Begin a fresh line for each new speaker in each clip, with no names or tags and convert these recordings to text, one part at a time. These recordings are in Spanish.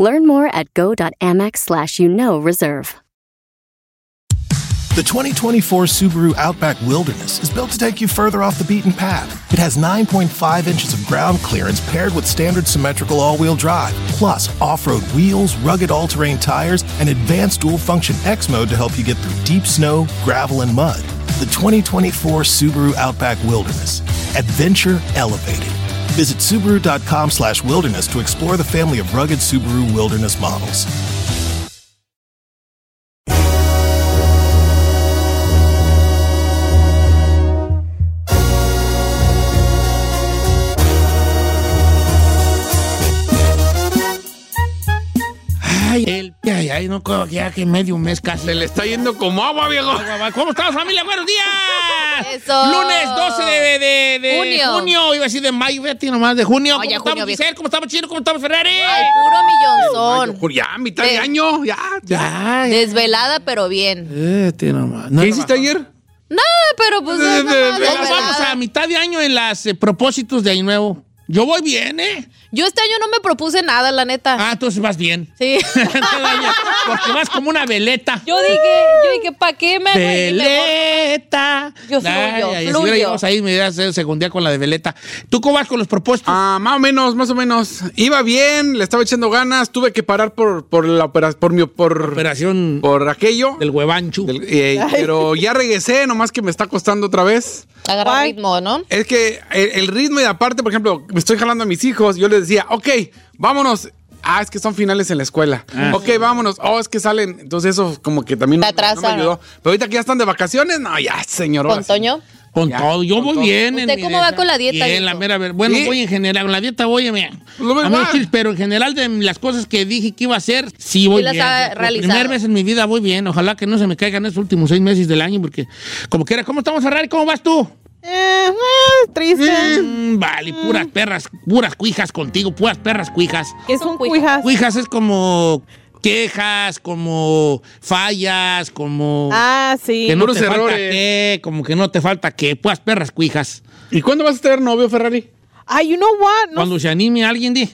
Learn more at go.amex slash you know reserve.
The 2024 Subaru Outback Wilderness is built to take you further off the beaten path. It has 9.5 inches of ground clearance paired with standard symmetrical all wheel drive, plus off road wheels, rugged all terrain tires, and advanced dual function X mode to help you get through deep snow, gravel, and mud. The 2024 Subaru Outback Wilderness. Adventure elevated. Visit Subaru.com slash wilderness to explore the family of rugged Subaru wilderness models.
Ay, el, ay, ay, no creo que ya que medio un mes casi.
Se le está yendo como agua, viejo.
Agua, va. ¿Cómo estás, familia? ¡Buenos días!
Eso.
Lunes 12 de, de- de junio.
Junio.
iba a decir de mayo, fíjate nomás, de junio. ¿Cómo
Oye, junio,
estamos,
viejo.
Giselle? ¿Cómo estamos, Chino? ¿Cómo estamos, Ferrari?
Al puro millonzón.
Julio, Ya, mitad de
Ve.
año, ya.
Ya, ya.
Desvelada, pero bien.
Fíjate nomás. No,
¿Qué
no,
hiciste
no.
ayer?
Nada, pero pues.
De-
no,
de-
no, no,
de-
Ya nos
desvelada.
vamos a mitad de año en las eh, propósitos de Año Nuevo. Yo voy bien, ¿eh?
Yo este año no me propuse nada, la neta.
Ah, entonces vas bien.
Sí.
Todo año, Porque vas como una veleta.
Yo dije, yo dije, ¿para qué me hago? Y mejor-
Veleta.
Yo fluyo,
si
fluyo.
hubiera llegado ahí, me hubieras hecho segundía con la de Veleta. ¿Tú cómo vas con los propuestos?
Ah, más o menos, más o menos. Iba bien, le estaba echando ganas, tuve que parar por, por la opera- por mi por,
Operación
por aquello.
del huevanchu.
Del- eh, pero ya regresé, nomás que me está costando otra vez.
Agarrar ritmo, ¿no?
Es que el, el ritmo y aparte, por ejemplo, me estoy jalando a mis hijos, yo les decía, ok, vámonos. Ah, es que son finales en la escuela. ok, vámonos. Oh, es que salen. Entonces eso como que también
Te
no, no me
atrasa, ¿no?
ayudó. Pero ahorita que ya están de vacaciones, no, ya, señor. ahora
Con
sí.
Toño.
Con
Ya,
todo, yo
con
voy
todo.
bien. en
¿Usted
mi
cómo va con la dieta,
Bien, la
viejo?
mera ver- Bueno,
¿Sí? Pues
voy en general, con la dieta voy, mira.
Lo ves
A mí
mal.
sí, pero en general de las cosas que dije que iba a hacer, sí voy
las
bien.
ha
Por
realizado.
primera vez en mi vida voy bien. Ojalá que no se me caigan estos últimos seis meses del año, porque como quiera, ¿cómo estamos, Ferrari? ¿Cómo vas tú?
Eh, ah, triste.
Mm, vale, puras perras, puras cuijas contigo, puras perras cuijas.
Que
son
son cuijas.
Cuijas es como quejas, como fallas, como
Ah, sí.
que no
puros
te falta
errores.
qué, como que no te falta qué, puras perras cuijas.
¿Y cuándo vas a tener novio, Ferrari?
Ay, Ah, you know what? No,
Cuando se anime alguien, di.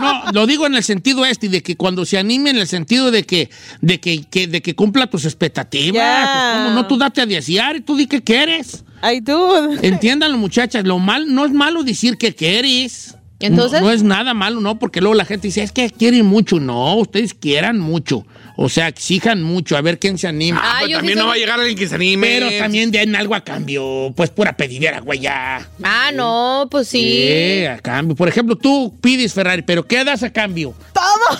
No, lo digo en el sentido este, de que cuando se anime, en el sentido de que, de que, que- de que cumpla tus expectativas.
Ya.
Pues, ¿cómo no, tú date a desear y tú di que quieres.
ay, dude.
Entiéndanlo, muchachas, lo mal, no es malo decir que quieres.
Entonces-
No, no es nada malo, no, porque luego la gente dice, es que quieren mucho. No, ustedes quieran mucho. O sea, exijan mucho, a ver quién se anima.
Ah,
pues
yo sí
también no
soy-
va a llegar alguien que se anime.
Pero también den algo a cambio, pues pura pedidera, güey, ya.
Ah, no, pues sí.
Sí, a cambio. Por ejemplo, tú pides Ferrari, pero ¿qué das a cambio?
Todo.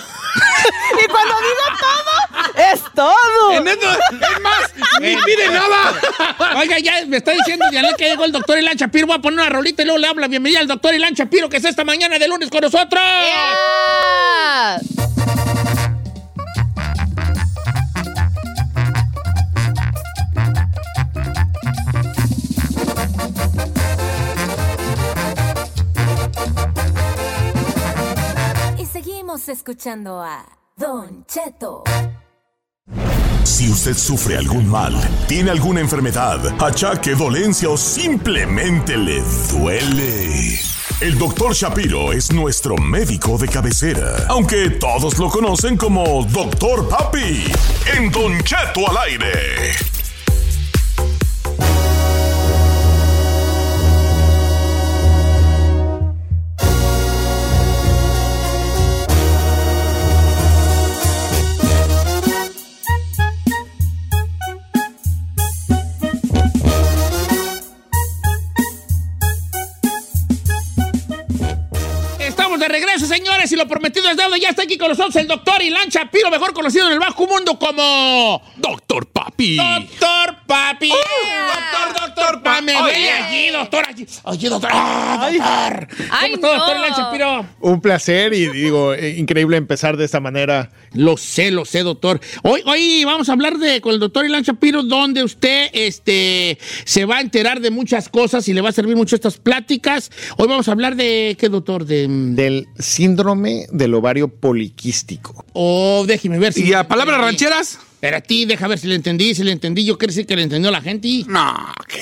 y cuando digo todo, es todo.
En esto- es más, ni pide nada.
Ah.
Oiga, ya me está diciendo Diana que llegó el doctor Ilan Shapiro. Voy a poner una rolita y luego le habla bienvenida al doctor Ilan Shapiro, que es esta mañana de lunes con nosotros.
Ah,
Y seguimos escuchando a Don Cheto.
Si usted sufre algún mal, tiene alguna enfermedad, achaque, dolencia o simplemente le duele. El doctor Shapiro es nuestro médico de cabecera, aunque todos lo conocen como Doctor Papi. En Don Cheto al aire.
Estamos de regreso, señores, y lo prometido es dado. Ya está aquí con nosotros el doctor Ilan Shapiro, mejor conocido en el bajo mundo como Doctor Papi.
Papi.
Doctor
Oh.
Papi. Doctor, doctor Papi. Me ve allí, doctor. Allí, allí doctor. Ah, doctor.
Ay,
¿Cómo está, doctor
no.
Lancha Shapiro?
Un placer y digo, eh, increíble empezar de esta manera.
Lo sé, lo sé, doctor. Hoy, hoy vamos a hablar de, con el doctor Ilan Shapiro, donde usted este, se va a enterar de muchas cosas y le va a servir mucho estas pláticas. Hoy vamos a hablar de, ¿qué doctor? De, mm,
Del síndrome del ovario poliquístico.
oh, déjeme ver si...
¿Y a palabras rancheras?
Pero a ti, deja ver si le entendí, si le entendí. Yo quiero decir que le entendió la gente. y-
No.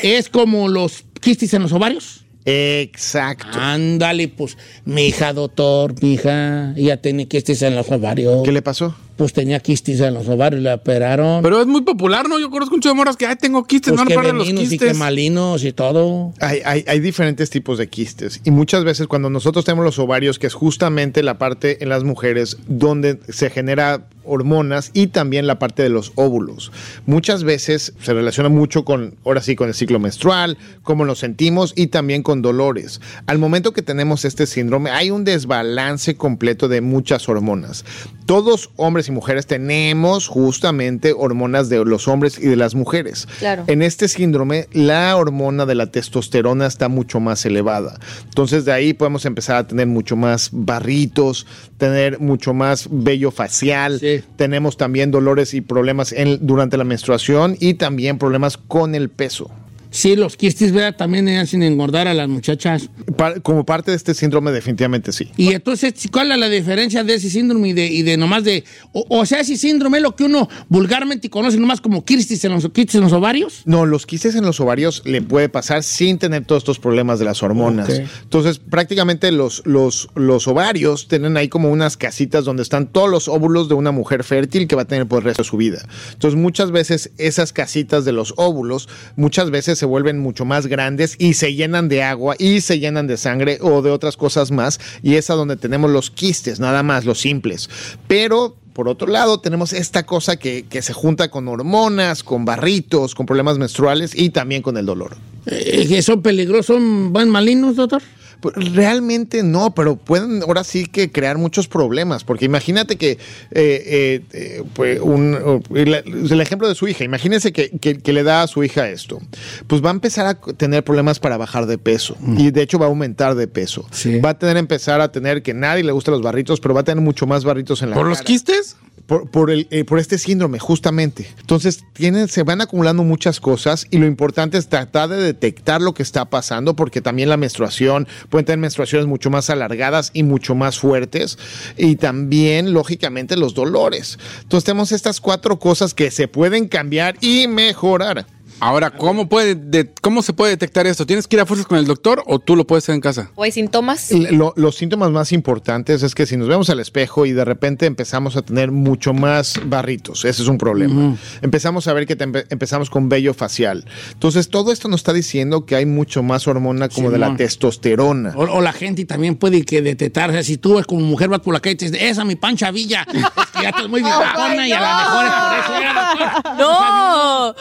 ¿qué?
Es como los quistis en los ovarios.
Exacto.
Ándale, pues, mija, doctor, mija, ella tenía quistis en los ovarios.
¿Qué le pasó?
Pues tenía quistis en los ovarios, la operaron.
Pero es muy popular, ¿no? Yo conozco mucho de moras que, ay, tengo quistes,
pues
no
que
me los
meninos y
quistes.
que malinos y todo.
Hay, hay- hay diferentes tipos de quistes y muchas veces cuando nosotros tenemos los ovarios, que es justamente la parte en las mujeres donde se genera hormonas y también la parte de los óvulos. Muchas veces se relaciona mucho con, ahora sí, con el ciclo menstrual, cómo nos sentimos y también con dolores. Al momento que tenemos este síndrome, hay un desbalance completo de muchas hormonas. Todos hombres y mujeres tenemos justamente hormonas de los hombres y de las mujeres.
Claro.
En este síndrome, la hormona de la testosterona está mucho más elevada. Entonces, de ahí podemos empezar a tener mucho más barritos, tener mucho más vello facial.
Sí.
Tenemos también dolores y problemas en- durante la menstruación y también problemas con el peso.
Sí, los quistis, ¿verdad? También hacen engordar a las muchachas.
Pa- como parte de este síndrome, definitivamente sí.
Y entonces, ¿cuál es la diferencia de ese síndrome y de, y de nomás de... O, o sea, ese síndrome es lo que uno vulgarmente conoce nomás como quistis en los, quistis en los ovarios.
No, los quistes en los ovarios le puede pasar sin tener todos estos problemas de las hormonas.
Ok.
Entonces, prácticamente los, los, los ovarios tienen ahí como unas casitas donde están todos los óvulos de una mujer fértil que va a tener por el resto de su vida. Entonces, muchas veces esas casitas de los óvulos muchas veces se vuelven mucho más grandes y se llenan de agua y se llenan de sangre o de otras cosas más. Y es a donde tenemos los quistes, nada más, los simples. Pero por otro lado, tenemos esta cosa que, que se junta con hormonas, con barritos, con problemas menstruales y también con el dolor.
Eh, que son peligrosos, son van malinos, doctor.
Pues, Realmente no, pero pueden ahora sí que crear muchos problemas, porque imagínate que eh, eh, eh, pues, un- o- el, el ejemplo de su hija, imagínense que, que- que le da a su hija esto, pues va a empezar a tener problemas para bajar de peso y de hecho va a aumentar de peso,
Sí.
va a tener empezar a tener que nadie le gusta los barritos, pero va a tener mucho más barritos en la
¿Por los
cara.
quistes?
Por, por el, eh, por este síndrome, justamente. Entonces, tienen, se van acumulando muchas cosas y lo importante es tratar de detectar lo que está pasando, porque también la menstruación, pueden tener menstruaciones mucho más alargadas y mucho más fuertes, y también, lógicamente, los dolores. Entonces, tenemos estas cuatro cosas que se pueden cambiar y mejorar.
Ahora, ¿cómo, puede de- ¿cómo se puede detectar esto? ¿Tienes que ir a fuerzas con el doctor o tú lo puedes hacer en casa?
¿O hay síntomas?
Lo- los síntomas más importantes es que si nos vemos al espejo y de repente empezamos a tener mucho más barritos, ese es un problema. Empezamos a ver que te empe- empezamos con vello facial. Entonces, todo esto nos está diciendo que hay mucho más hormona como de
Simón.
la testosterona.
O, o la gente también puede que detectar. O sea, si tú como mujer vas por la calle y te dices, esa mi pancha villa, es que ya
Oh,
estás muy viejona y a lo mejor es por eso. ya, doctor.
¡No!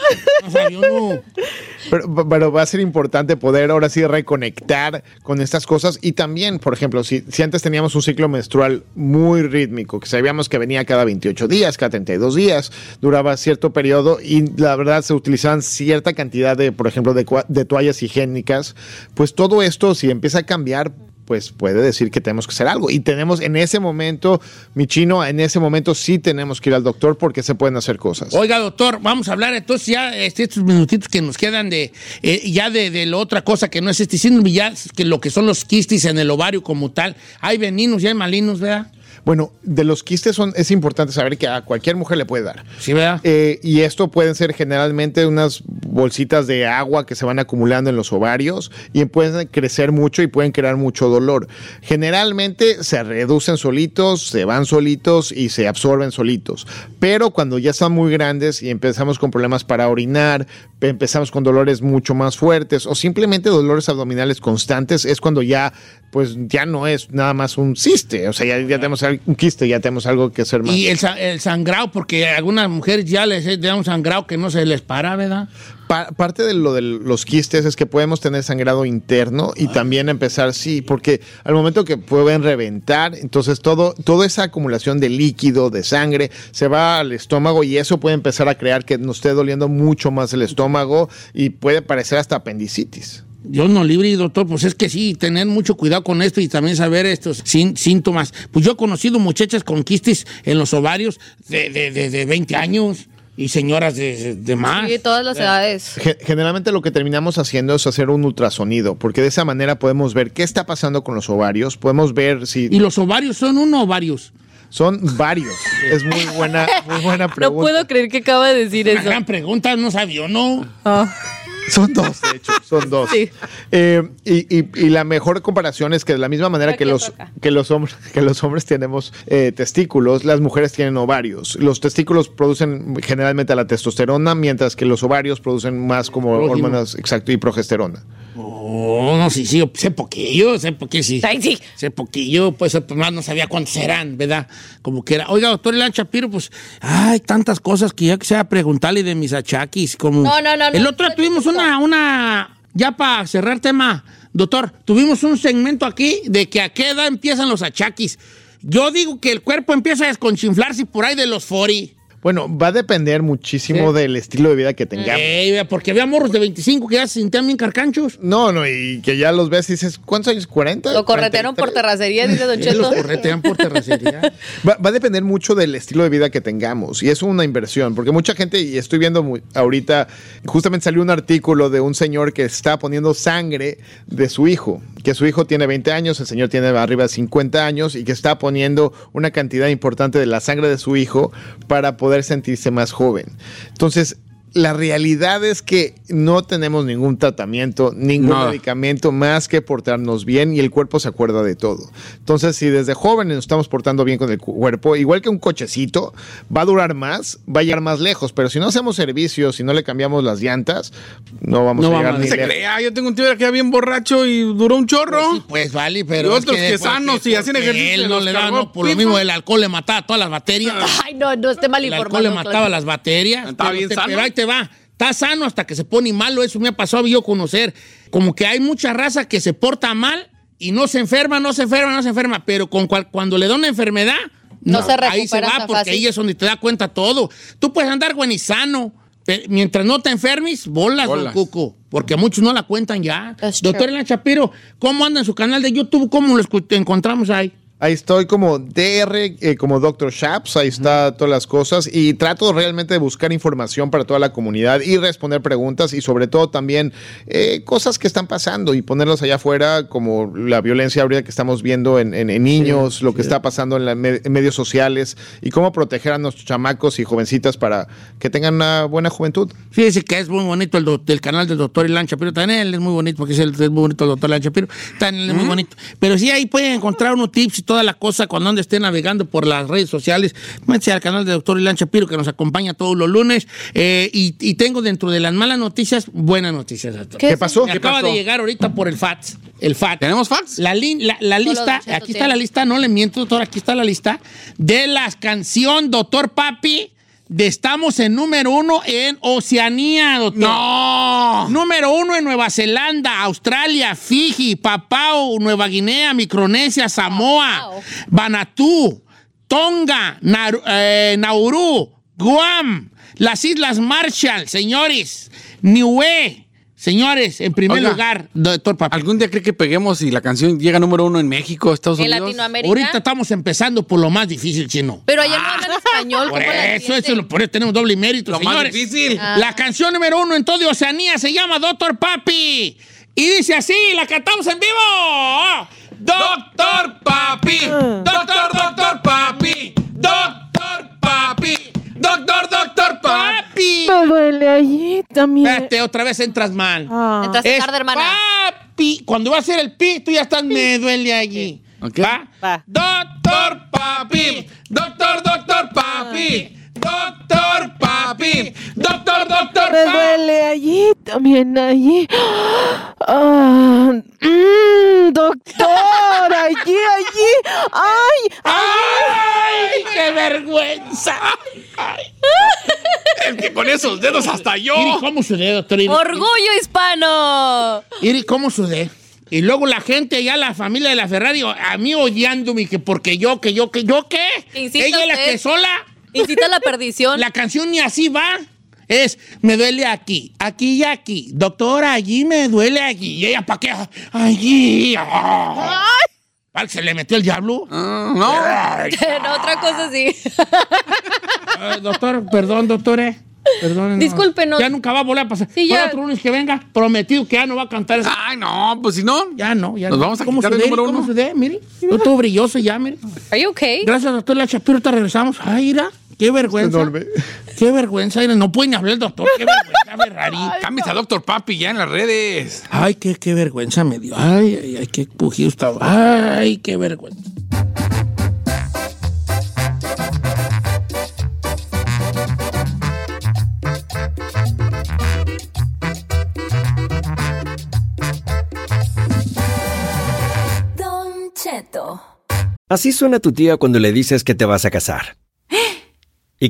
No sabía uno.
Pero, pero va a ser importante poder ahora sí reconectar con estas cosas y también, por ejemplo, si, si antes teníamos un ciclo menstrual muy rítmico, que sabíamos que venía cada 28 días, cada 32 días, duraba cierto periodo y la verdad se utilizaban cierta cantidad de, por ejemplo, de, cua- de toallas higiénicas, pues todo esto si empieza a cambiar pues puede decir que tenemos que hacer algo. Y tenemos en ese momento, mi chino, en ese momento sí tenemos que ir al doctor porque se pueden hacer cosas.
Oiga, doctor, vamos a hablar entonces ya este, estos minutitos que nos quedan de eh, ya de, de la otra cosa que no es este síndrome, ya que lo que son los quistis en el ovario como tal. Hay veninos y hay malinos, ¿verdad?
Bueno, de los quistes son, es importante saber que a cualquier mujer le puede dar.
Sí, ¿verdad?
Eh, y esto pueden ser generalmente unas bolsitas de agua que se van acumulando en los ovarios y pueden crecer mucho y pueden crear mucho dolor. Generalmente se reducen solitos, se van solitos y se absorben solitos. Pero cuando ya están muy grandes y empezamos con problemas para orinar, empezamos con dolores mucho más fuertes o simplemente dolores abdominales constantes, es cuando ya pues ya no es nada más un ciste, o sea, ya, ya tenemos al- un quiste, ya tenemos algo que hacer más.
y el, sa- el sangrado, porque a algunas mujeres ya les eh, da un sangrado que no se les para, ¿verdad?
Pa- parte de lo de los quistes es que podemos tener sangrado interno y también empezar, sí, porque al momento que pueden reventar, entonces todo, toda esa acumulación de líquido, de sangre, se va al estómago y eso puede empezar a crear que nos esté doliendo mucho más el estómago y puede parecer hasta apendicitis.
Dios no libre, doctor, pues es que sí, tener mucho cuidado con esto y también saber estos sin- síntomas. Pues yo he conocido muchachas con quistes en los ovarios de, de, de- de 20 años y señoras de, de más.
Sí, todas las edades.
Ge- Generalmente lo que terminamos haciendo es hacer un ultrasonido, porque de esa manera podemos ver qué está pasando con los ovarios, podemos ver si
Y los ovarios son uno ovarios.
son varios. Es muy buena, muy buena pregunta.
No puedo creer que acaba de decir
Una
eso.
gran pregunta, no sabía, ¿no?
Son dos, de hecho, son dos.
Sí.
Eh, y, y- y la mejor comparación es que de la misma manera
Aquí
que los,
toca.
que, los hombres, que los hombres tenemos eh, testículos, las mujeres tienen ovarios. Los testículos producen generalmente la testosterona, mientras que los ovarios producen más como
Prógimo.
hormonas, exacto, y progesterona.
Oh, no, sí, sí, yo sé poquillo, sé poquillo, sí.
Ay, sí.
Sé poquillo, pues más no sabía cuántos eran, ¿verdad? Como que era. Oiga, doctor Elan Shapiro, pues, hay tantas cosas que ya quisiera preguntarle de mis achaquis. Como...
No, no, no, no.
El otro día tuvimos una, una, ya para cerrar tema, doctor, tuvimos un segmento aquí de que a qué edad empiezan los achaquis. Yo digo que el cuerpo empieza a desconchinflarse por ahí de los 40.
Bueno, va a depender muchísimo del estilo de vida
Mm.
que tengamos.
Ey, porque había morros de 25 que ya se sentían bien carcanchos.
No, no, y que ya los ves y dices, ¿cuántos años? ¿40?
Lo corretearon por
43.
terracería, dice Don
Los
Cheto.
corretean por terracería.
Va, va a depender mucho del estilo de vida que tengamos y es una inversión, porque mucha gente, y estoy viendo mu- ahorita, justamente salió un artículo de un señor que está poniendo sangre de su hijo, que su hijo tiene 20 años, el señor tiene arriba de 50 años y que está poniendo una cantidad importante de la sangre de su hijo para poder sentirse más joven. Entonces, la realidad es que no tenemos ningún tratamiento, ningún
Nada.
medicamento más que portarnos bien y el cuerpo se acuerda de todo. Entonces, si desde jóvenes nos estamos portando bien con el cu- cuerpo, igual que un cochecito, va a durar más, va a llegar más lejos, pero si no hacemos servicios, si no le cambiamos las llantas, no vamos
No
a llegar
vamos a
ni
Se
lejos.
crea, yo tengo un tío que era bien borracho y duró un chorro.
Sí, pues vale, pero.
Y
es
otros que
después
sanos
que-
y hacen
porque
ejercicio
Él
y
no
los
le da,
cargó
no, por lo
pipa.
mismo el alcohol le mataba todas las baterías.
Ay, no, no esté mal
el alcohol le
informado.
mataba las baterías.
Estaba
pero
bien
te-
sano.
Pero ahí te va. Está sano hasta que se pone malo. Eso me ha pasado yo conocer. Como que hay mucha raza que se porta mal y no se enferma, no se enferma, no se enferma. Pero con cual- cuando le da una enfermedad,
No se
ahí se
recupera
va
tan
porque
fácil.
ahí es donde te da cuenta todo. Tú puedes andar buen y sano. pero mientras no te enfermes, bolas, don
Bolas.
Cuco, porque muchos no la cuentan ya.
That's true.
Doctor Elan Shapiro, ¿cómo anda en su canal de YouTube? ¿Cómo lo escu- te encontramos ahí?
Ahí estoy como DR, eh, como Dr. Shaps, ahí está todas las cosas y trato realmente de buscar información para toda la comunidad y responder preguntas y sobre todo también eh, cosas que están pasando y ponerlas allá afuera como la violencia ahorita que estamos viendo en, en- en niños, lo que está pasando en, la me- en medios sociales y cómo proteger a nuestros chamacos y jovencitas para que tengan una buena juventud.
Fíjese que es muy bonito el, do- el canal del doctor Ilan Shapiro. También él es muy bonito, porque es, el, es muy bonito el doctor Ilan Shapiro. También él es muy bonito. Pero sí, ahí pueden encontrar unos tips y toda la cosa cuando ande esté navegando por las redes sociales. Métanse al canal del doctor Ilan Shapiro, que nos acompaña todos los lunes. Eh, y, y tengo dentro de las malas noticias, buenas noticias. doctor.
¿Qué
¿Qué pasó?
Me
¿Qué
acaba
pasó?
de llegar ahorita por el FATS. El FATS.
¿Tenemos fax?
La, lin- la- la
Solo
lista,
Don Cheto
aquí está
tiene.
la lista, no le miento, doctor, aquí está la lista de las canción, doctor Papi, de estamos en número uno en Oceanía, doctor.
¡No!
Número uno en Nueva Zelanda, Australia, Fiji, Papao, Nueva Guinea, Micronesia, Samoa,
Papao.
Banatú, Tonga, Naru- eh, Nauru, Guam, las Islas Marshall, señores, Niue, señores, en primer
Oiga,
lugar, doctor Papi.
¿Algún día cree que peguemos y la canción llega número uno en México, Estados
En
Unidos?
Latinoamérica.
Ahorita estamos empezando por lo más difícil, chino.
Pero allá no hablan español.
Por
¿cómo la
eso,
entienden?
eso lo- por eso tenemos doble mérito,
Lo más
señores.
difícil.
Ah.
La canción número uno en toda Oceanía se llama Doctor Papi. Y dice así, la cantamos en vivo. Ah.
Doctor Papi, Doctor Doctor Papi, Doctor Papi, Doctor Doctor Papi.
Papi.
Me duele allí también.
Espérate, otra vez entras mal.
Ah.
Entraste
Es
tarde, hermana.
Papi. Cuando va a ser el pi, tú ya estás, me duele allí.
Ok.
¿Va?
Va.
Doctor Papi.
Doctor Doctor Papi, Doctor Papi, Doctor Doctor
Me duele allí también allí. Ah, mm, doctor, allí, allí. Ay,
¡Ay! ¡Qué vergüenza! ¡Ay!
que con esos dedos hasta yo.
Iri, ¿cómo sudé, doctor? Iri,
¡Orgullo hispano!
Iri, ¿cómo sudé? Y luego la gente, ya la familia de la Ferrari, a mí odiándome, que porque yo, que yo, que yo, ¿qué?
Insista
Ella es la
usted.
que sola,
Incita a la perdición.
la canción ni así va. Es, me duele aquí, aquí y aquí. Doctora, allí me duele aquí. Y ella, ¿para qué? Allí. ah. Vale, se le metió el diablo.
Ah, no.
No, otra cosa sí.
Ay, doctor, perdón, doctores. Perdón.
Discúlpenos.
Ya nunca va a volver a pasar.
Sí, ya.
Para otro lunes que venga, prometido que ya no va a cantar esa.
Ay, no, pues si no.
Ya no, ya
Nos
no.
vamos a
¿Cómo
quitar el
sudé?
número
¿Cómo
uno.
sudé? Mire, yo todo brilloso ya, mire.
Are you okay?
Gracias, doctor La Chapiro, te regresamos. Ay, mira, qué vergüenza.
Enorme.
Qué vergüenza, mira, no pueden hablar el doctor. Qué vergüenza, Ferrari.
Cámbiate a Doctor Papi ya en las redes.
Ay, qué, qué vergüenza me dio. Ay, ay, ay, qué pujido estaba. Ay, qué vergüenza.
Don Cheto.
Así suena tu tía cuando le dices que te vas a casar. Y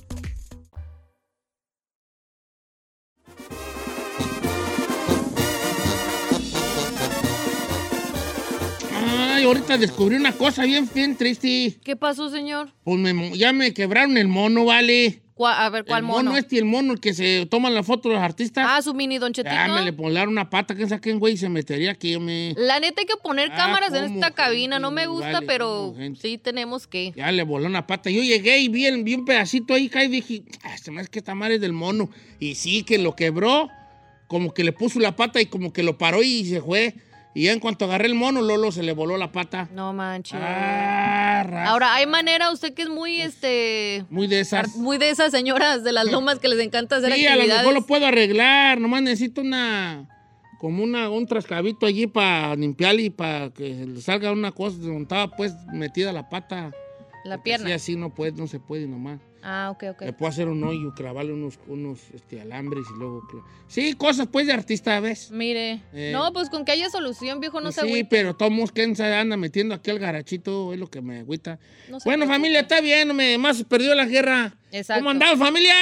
Ay, ahorita descubrí una cosa bien, bien triste.
¿Qué pasó, señor?
Pues me mo- ya me quebraron el mono, vale.
Cua- A ver, ¿cuál
el
mono?
este y el mono el que se toman la foto de los artistas.
Ah, su mini Don Chetito.
ya me le polaron una pata que saquen, güey, y se metería aquí, me.
La neta hay que poner
Ah,
cámaras en
cómo
esta
gente,
cabina. No me gusta,
vale,
pero
cómo gente.
sí tenemos que.
Ya le voló una pata. Yo llegué y vi, el- vi un pedacito ahí, caí y dije, "Ah, se me hace que esta madre es del mono. Y sí, que lo quebró, como que le puso la pata y como que lo paró y se fue. Y ya en cuanto agarré el mono, Lolo se le voló la pata.
No manches.
Ah, raza.
Ahora, hay manera, usted que es muy, este...
Muy de esas.
ar- Muy de esas señoras de las lomas que les encanta hacer
Sí, a lo
actividades.
mejor lo puedo arreglar. Nomás necesito una. Como una, un trascabito allí para limpiar y para que se le salga una cosa donde estaba pues metida la pata.
La
Porque
pierna.
Así, así no puede, no se puede nomás.
Ah, ok, ok.
Le puedo hacer un hoyo, clavarle unos, unos este, alambres y luego. cla- Sí, cosas pues de artista, ¿ves?
Mire.
Eh.
No, pues con que haya solución, viejo, no
Pues
se
sí,
agüite.
pero Tomos que se anda metiendo aquí al garachito, es lo que me agüita.
No se
bueno,
preocupe.
familia, está bien, me, más perdió la guerra.
Exacto. Ah.
¿Cómo andamos, familia?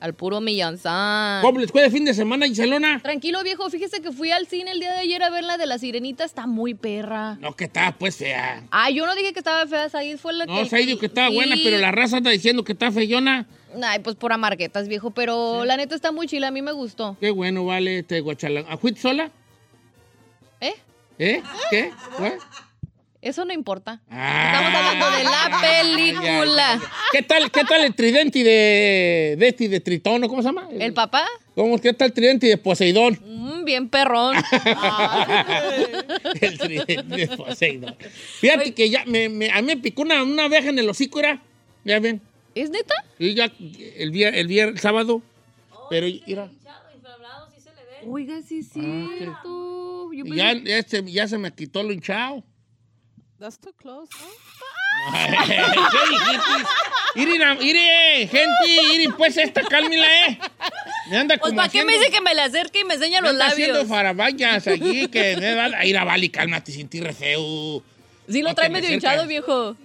Al puro millanzán.
¿Cómo les fue de fin de semana, Giselona?
Tranquilo, viejo. Fíjese que fui al cine el día de ayer a ver la de la sirenita. Está muy perra.
No, que está pues fea.
Ah, yo no dije que estaba fea, Said. Fue la
No,
que...
se ha dicho que estaba buena,
Sí.
pero la raza está diciendo que está feyona.
Ay, pues por amarguetas, viejo. Pero la neta está muy chila. A mí me gustó.
Qué bueno, vale, este guachalán. ¿A Juit sola?
¿Eh?
¿Eh? ¿Qué? ¿What?
Eso no importa.
Ah.
Estamos hablando de la película.
¿Qué tal, qué tal el tridente de, de este, de Tritón, ¿no? ¿cómo se llama?
¿El papá?
¿Cómo, ¿Qué tal el tridente de Poseidón?
Mm, bien perrón.
El tridente de Poseidón. Fíjate que ya me, me- a mí me picó una, una abeja en el hocico, era. Ya ven.
¿Es neta?
Y ya el día, el día, el sábado. Pero, mira,
Oiga, sí es cierto. Yo
ya,
pensé-
ya se, ya se me quitó lo hinchado.
That's too close, ¿no?
¿Qué dijiste? Iri, na- Iri, gente, Iri, pues esta, cálmela, eh. Me anda
Pues,
como
¿para qué me
haciendo-
dice que me la acerque y me enseña
me
los
anda haciendo
labios?
farabayas allí que... me da- Ira, vale, cálmate, sentí re feo.
Sí, lo
No
trae
te me
medio
acerques.
hinchado, viejo.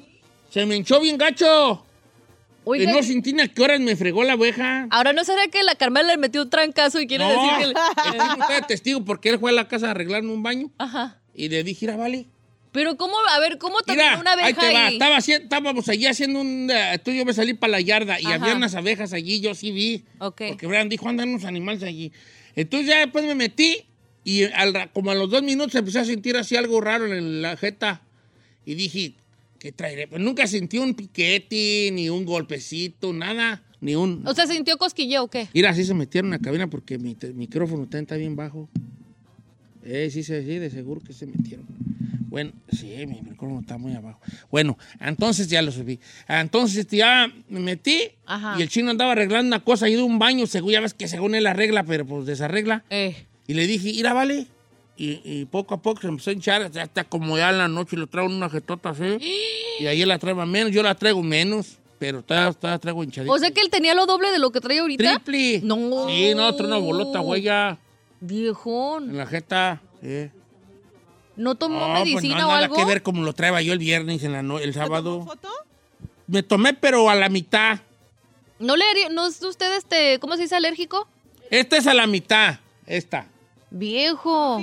Se me hinchó bien gacho.
Oiga,
Eh, no sentí ni a qué horas me fregó la abeja.
Ahora, ¿no será que la Carmela le metió un trancazo y quiere
No,
decir que...
el tipo está de testigo porque él fue a la casa a arreglarme un baño
Ajá.
y le dije, mira, vale.
Pero, ¿cómo? A ver, ¿cómo terminó
Mira,
una abeja
ahí te va.
ahí?
Estaba, haci- estábamos allí haciendo un... eh, Tú y yo me salí para la yarda y
Ajá.
había unas abejas allí, yo sí vi.
Ok.
Porque Brian dijo, andan unos animales allí. Entonces ya después me metí y al ra- como a los dos minutos empecé a sentir así algo raro en la jeta. Y dije, ¿qué traeré? Pues nunca sentí un piquete, ni un golpecito, nada, ni un...
O sea, ¿se ¿sintió cosquilleo o qué?
Mira, así se metieron en la cabina porque mi te- micrófono también está bien bajo. Eh, sí, sí, sí, de seguro que se metieron. Bueno, sí, mi micrófono está muy abajo. Bueno, entonces ya lo subí. Entonces este, ya me metí
Ajá.
y el chino andaba arreglando una cosa ahí de un baño, según ya ves que según él arregla, pero pues desarregla. Y le dije, ira, vale. Y, y poco a poco se empezó a hinchar hasta, hasta como ya en la noche lo traigo en una jetota así. y ahí la traigo menos, yo la traigo menos, pero todavía todavía traigo hinchadita.
O sea, que él tenía lo doble de lo que trae ahorita.
Triple.
No.
Sí, no, trae una bolota, güey, ya.
Viejón.
En la jeta. Sí.
¿No tomó
No, pues,
medicina
no,
o
nada
algo?
que ver como lo traía yo el viernes, en la no- el sábado. foto? Me tomé, pero a la mitad.
¿No le haría, no es usted este, ¿cómo se dice, alérgico?
Esta es a la mitad. Esta.
Viejo.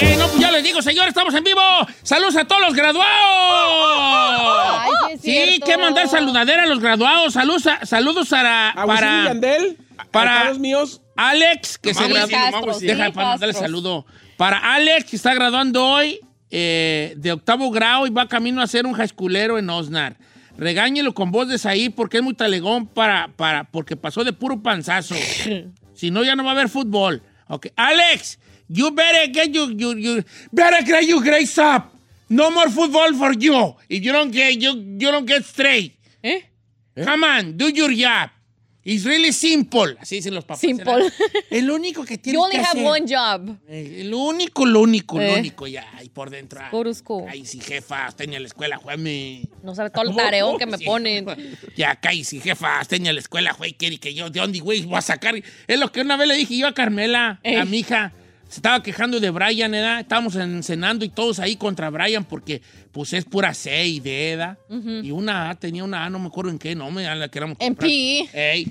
Eh, no, pues ya les digo, señor, estamos en vivo. Saludos a todos los graduados.
Ay, sí es
sí,
cierto.
que mandar saludadera a los graduados. Saludos, a- saludos a,
Ah,
para para míos. Alex, que se
Nomás
graduó.
voy a decir, nomás voy a decir.
Deja
Sí,
para mandarle
Castro.
saludo. Para Alex, que está graduando hoy eh, de octavo grado y va camino a ser un jaisculero en Osnar. Regáñelo con voz de ahí porque es muy talegón para, para, porque pasó de puro panzazo. si no, ya no va a haber fútbol. Ok. Alex, you better get your, your, your- better get your grades up. No more football for you. If you don't get, you, you don't get straight. ¿Eh? Come on, do your job. It's really simple. Así dicen los papás.
Simple.
El único que tienes
You only
que
have
hacer.
one job.
Eh, Lo único, lo único, lo
Eh.
único ya. Y por dentro. ah, Ay, sí, jefa, tenía la escuela, jueme.
No sabe todo el tareón que me ponen.
Ya, caí, sí, jefa, tenía la escuela, güey, quiere que yo, ¿de dónde, güey, voy a sacar? Es lo que una vez le dije yo a Carmela, a
Eh.
mi hija. Se estaba quejando de Brian, ¿edad? Estábamos en- cenando y todos ahí contra Brian porque, pues, es pura C y D, ¿edad? Y una A, tenía una A, no me acuerdo en qué nombre, a la que éramos.
En PE.
Ey.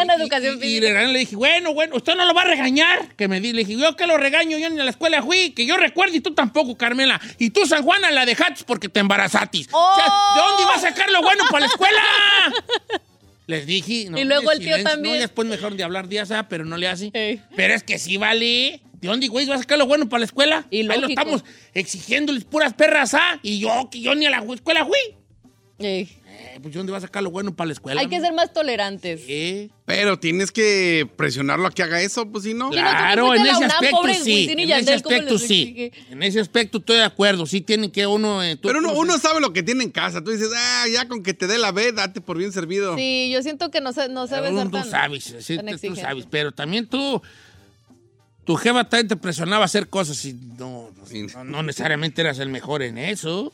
En educación
Y
física.
le, regañé, le dije, bueno, bueno, usted no lo va a regañar. Que me di, le dije, yo que lo regaño, yo ni a la escuela fui, que yo recuerdo y tú tampoco, Carmela. Y tú, San Juana, la dejaste porque te embarazatis. O sea, ¿de
Oh.
dónde iba a sacar lo bueno para la escuela? Les dije.
Y luego el tío
silencio.
también.
No, después mejor de hablar de asa, pero no le hace. Pero es que sí, vale. ¿De dónde, güey, vas a sacar lo bueno para la escuela? Y Ahí lo
lógico.
estamos exigiéndoles puras perras, ¿ah? Y yo, que yo ni a la escuela fui. Eh, pues, ¿de dónde vas a sacar lo bueno para la escuela?
Hay que
no?
ser más tolerantes.
Sí.
Pero tienes que presionarlo a que haga eso, pues si no.
no, tú Claro, fuiste en a la ese UNAM, aspecto pobre sí, Agustín y en ese Yandel, ¿cómo aspecto les sí. exige?
En ese aspecto estoy de acuerdo. Sí tienen que uno... eh, tú-
Pero uno,
tú-
uno sabe lo que tiene en casa. Tú dices, ah, ya con que te dé la B, date por bien servido.
Sí, yo siento que no se, no se ve
Tú,
ser
tú
tan-
sabes, sí,
tan
tú- tú
exigente.
sabes. Pero también tú... Tu jefa también te presionaba a hacer cosas y no, no, no necesariamente eras el mejor en eso.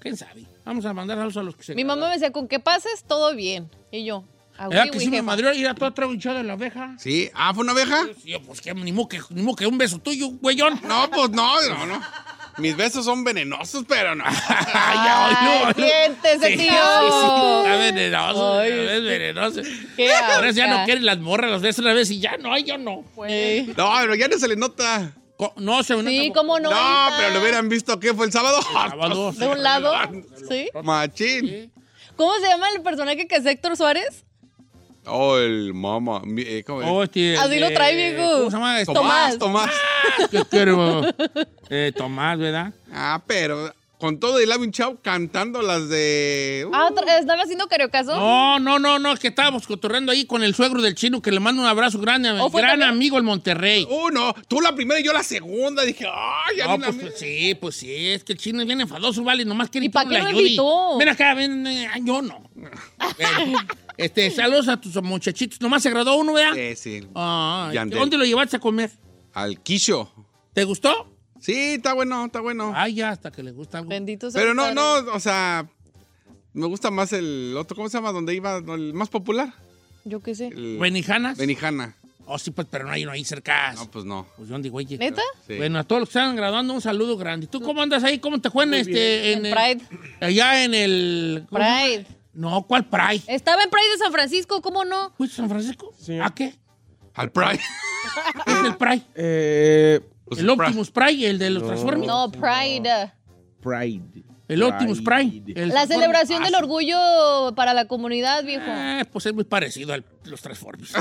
¿Quién sabe? Vamos a mandar saludos a los que se...
Mi mamá me decía, con que pases, todo bien. Y yo, ah,
¿Verdad
oui,
que
oui,
sí me
jefa.
madrió? ¿Y a todo trago hinchado de la abeja?
Sí. Ah, ¿fue una abeja?
Sí, pues que ni modo que, ni modo que un beso tuyo, güeyón.
No, pues no, no, no. Mis besos son venenosos, pero no.
Ay, no, no.
siéntese,
Sí, sí, sí,
tío.
está venenoso,
Ay,
está venenoso.
qué
Por eso ya
asca.
no quieren las morras, las ves una vez y ya no, ay, yo no. Eh,
Güey.
No, pero ya no se le nota.
No se le
Sí, nota. ¿cómo no,
No,
hija?
pero lo hubieran visto que fue el sábado.
sábado.
De un lado, ¿sí?
Machín.
¿Cómo se llama el personaje que es Héctor Suárez?
Oh, el mamá. mi- eh, ¿cómo es?
Oh,
Así lo trae, viejo.
este, ¿Cómo se llama? Este?
Tomás.
Tomás.
¿Qué quiero? Eh, Tomás, ¿verdad?
Ah, pero con todo el labio hinchado cantando las de.
Ah, otra- ¿estaba haciendo cariocaso?
No, no, no, no, es que estábamos cotorreando ahí con el suegro del chino que le mando un abrazo grande a mi
¿O fue
gran
también?
amigo el Monterrey.
Oh, no, tú la primera y yo la segunda. Dije, ay, ya
No,
ni la
pues,
mi-
pues, sí, pues sí, es que el chino es bien enfadoso, vale, nomás quiere que
pa'
uno
qué
le
lo
ayude.
invitó?
Ven acá, ven, eh, ay, yo no. Ven. este, saludos a tus muchachitos, nomás se graduó uno, ¿verdad?
Sí, sí.
Ay,
Yandel.
¿Dónde lo llevaste a comer?
Al quicho.
¿Te gustó?
Sí, está bueno, está bueno.
Ay, ya, hasta que le gusta algo.
Bendito sea
Pero
el
no,
padre.
no, o sea, me gusta más el otro, ¿cómo se llama? Donde iba, no, el más popular.
Yo qué sé.
El-
¿Benijanas?
Benijana.
Oh, sí, pues, pero no hay uno ahí cerca.
No, pues no.
Pues yo ando güey.
¿Neta?
Sí.
Bueno, a todos los que están graduando, un saludo grande. ¿Tú cómo andas ahí? ¿Cómo te fue en
Muy
este?
bien.
En
En
el-
Pride.
allá en el. ¿cómo se llama?
Pride.
No, ¿cuál Pride?
Estaba en Pride de San Francisco, ¿cómo no?
¿Fuiste a San Francisco? ¿A qué?
Al Pride.
¿Qué es el Pride?
Eh,
el Optimus Pride, el de los Transformers.
No, Pride.
Pride.
El Optimus Prime. el
La
Transformer.
celebración
Ah,
del orgullo para la comunidad, viejo.
eh, pues es muy parecido a los Transformers.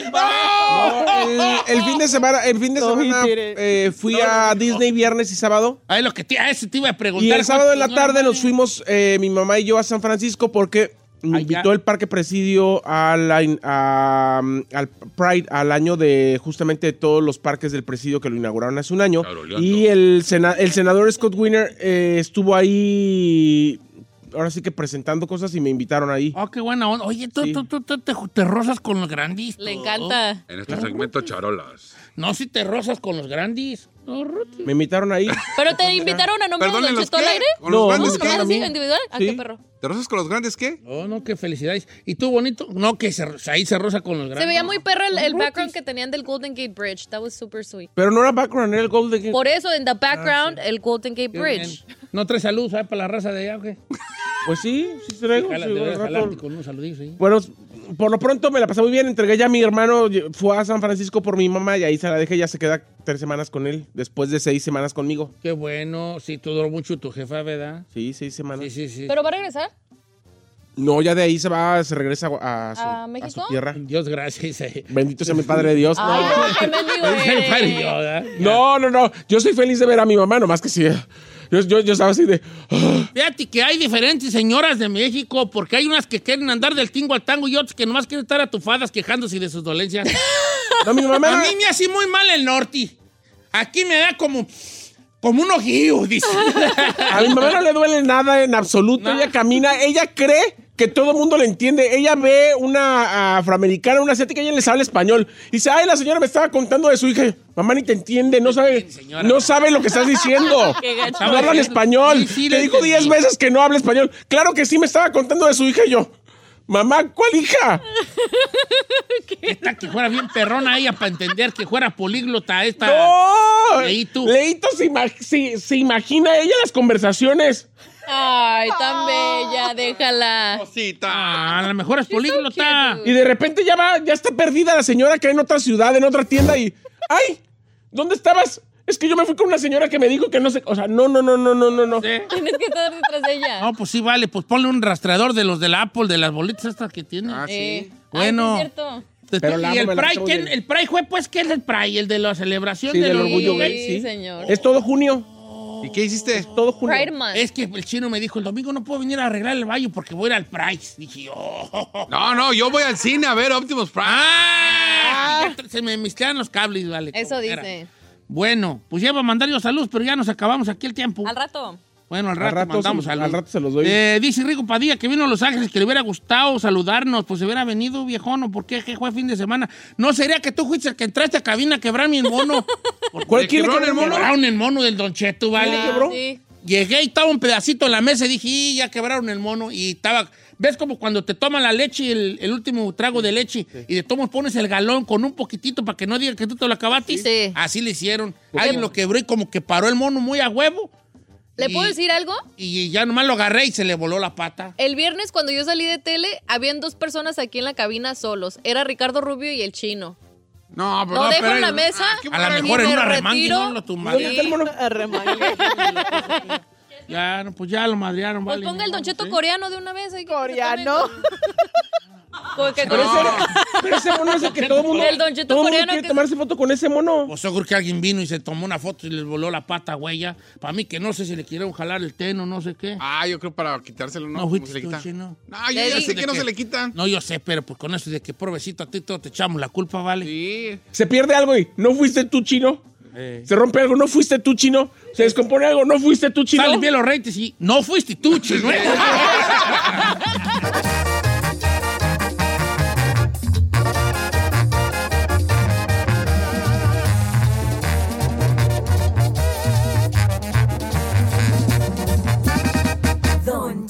Eh,
el, el fin de semana, el fin de semana eh, fui a Disney viernes y sábado.
Ahí Ah, lo que te, a eso te iba a preguntar.
Y el sábado en la
¿cuántos-
tarde nos fuimos, eh, mi mamá y yo, a San Francisco porque me
Ay, ya.
invitó el Parque Presidio a la in- a- mm, al Pride, al año de justamente de todos los parques del Presidio que lo inauguraron hace un año. Y el, sena- el senador Scott Wiener eh, estuvo ahí, ahora sí que presentando cosas y me invitaron ahí.
Oh, qué buena onda. Oye, tú, tú- tú- tú te, te rozas con los grandis. Le
encanta.
En este segmento, charolas.
No, si te rozas con los grandis.
Me invitaron ahí.
Pero te invitaron a nombre de
Perdón, ¿en
Don
los
Cheto al
qué?
aire.
¿Con los grandes qué?
nomás
¿A
así,
mí?
individual. Ah, qué
Sí.
perro.
¿Te rozas con los grandes qué? No, no, qué felicidades. ¿Y tú, bonito? No, que se, ro- ahí se roza con los grandes.
Se veía muy perro el, el background que tenían del Golden Gate Bridge. That was super sweet.
Pero no era background, era el Golden Gate.
Por eso, en the background, el Golden Gate
Ah, Qué
Bridge.
bien. No trae salud, ¿sabes? Para la raza de allá, ¿o qué?
Pues sí, sí traigo.
Jala,
sí,
deberías
rato.
jalarte con unos saluditos ahí.
Bueno, por lo pronto me la pasé muy bien. Entregué ya a mi hermano, fue a San Francisco por mi mamá y ahí se la dejé. Ya se queda tres semanas con él, después de seis semanas conmigo.
Qué bueno. Sí, tú duró mucho tu jefa, ¿verdad?
Sí, seis semanas.
Sí, sí, sí.
¿Pero va a regresar?
No, ya de ahí se va, se regresa a, a su,
¿A
a
México?
su tierra.
Dios gracias.
Bendito sea mi Padre Dios. No,
Ay, qué mendigo eres.
no, no, no. Yo soy feliz de ver a mi mamá, nomás que sí. Yo, yo, yo estaba así de... "Ah".
Fíjate que hay diferentes señoras de México, porque hay unas que quieren andar del tingo al tango y otras que nomás quieren estar atufadas quejándose de sus dolencias.
No, mi mamá.
A mí me hace muy mal el norte. Aquí me da como, como un ojío, dice.
A mi mamá no le duele nada en absoluto. Ella camina, ella cree que todo el mundo le entiende. Ella ve una afroamericana, una asiática, ella les habla español. Y dice, ay, la señora me estaba contando de su hija. Mamá ni te entiende, no sabe, no sabe lo que estás diciendo.
Qué gacho.
No hablan español.
Sí, sí,
te
le
dijo
entendí.
diez veces que no habla español. Claro que sí, me estaba contando de su hija y yo. Mamá, ¿cuál hija?
Esta que fuera bien perrona ella para entender que fuera políglota esta.
Ah,
¡No!
Leí tú.
Leito se, ima- se- se imagina ella las conversaciones.
Ay, tan bella, déjala.
Ah, a lo mejor es políglota.
Y de repente ya va, ya está perdida la señora que hay en otra ciudad, en otra tienda y. ¡Ay! ¿Dónde estabas? Es que yo me fui con una señora que me dijo que no sé. O sea, no, no, no, no, no, no, no.
Tienes que estar detrás de ella.
No, pues sí, vale. Pues ponle un rastreador de los de la Apple, de las bolitas estas que tiene. Ah,
pues,
Eh,
Bueno.
ay, sí es cierto.
Te-
Pero la
y el
amo, me la
Pride,
paso
¿quién-
bien.
el Pride fue, pues, ¿qué es el Pride? El de la celebración
Sí,
del,
del orgullo
gay,
gay, sí.
señor.
Es todo junio.
¿Y qué hiciste?
Todo junio.
Pride Month.
Es que el chino me dijo, el domingo no puedo venir a arreglar el baño porque voy a ir al Pride. Dije, oh.
No, no, yo voy al cine a ver Optimus Prime.
Ah,
Ah.
Se me mezclaron los cables, vale.
Eso
como quiera.
dice.
Bueno, pues ya va a mandar yo saludos, pero ya nos acabamos aquí el tiempo.
Al rato.
Bueno, al
Al
rato,
rato
mandamos
se-
saludos.
al rato se los doy.
Eh, dice Rico Padilla que vino a Los Ángeles, que le hubiera gustado saludarnos, pues se hubiera venido, viejón, ¿o por qué ¿Qué fue fin de semana? ¿No sería que tú fuiste el que entraste a cabina a quebrar mi mono?
¿Cuál quién le quebró el mono?
Quebraron el mono del Don Cheto, ¿vale?
¿Quién le quebró?
Sí.
Llegué y estaba un pedacito en la mesa y dije, "Y, ya quebraron el mono. Y estaba, ¿ves como cuando te toman la leche, el, el último trago de leche, y de todos pones el galón con un poquitito para que no digan que tú te lo acabaste?
Sí.
Así le hicieron. Alguien lo quebró y como que paró el mono muy a huevo.
¿Le
Y-
puedo decir algo?
Y ya nomás lo agarré y se le voló la pata.
El viernes cuando yo salí de tele, habían dos personas aquí en la cabina solos. Era Ricardo Rubio y el chino.
No,
Lo dejo en la mesa.
A lo mejor en
me
una remangue
retiro.
no lo tumbaron.
Pues
Sí.
Ya, no, pues ya lo madrearon,
Pues
vale.
ponga el Don Cheto
Sí.
coreano de una vez. ahí, que Porque
Pero ese, pero ese mono es el que todo el mundo.
El Don Cheto
todo el mundo
coreano
quiere
que-
tomarse foto con ese mono.
Pues yo creo que alguien vino y se tomó una foto y les voló la pata, güey, ya. Para mí que no sé si le quisieron jalar el ten o no sé qué.
Ah, yo creo para quitárselo, ¿no?
No,
¿Cómo
fuiste
se le
tú,
quita?
chino.
No, yo ya sé que no se le quita.
No, yo sé, pero pues con eso de que provecito a ti todo te echamos la culpa, ¿vale? Sí.
Se pierde algo y no fuiste tú, chino.
Eh.
Se rompe algo, no fuiste tú, chino. Se descompone algo, no fuiste tú, chino.
Salen bien los reyes y no fuiste tú, chino.
Don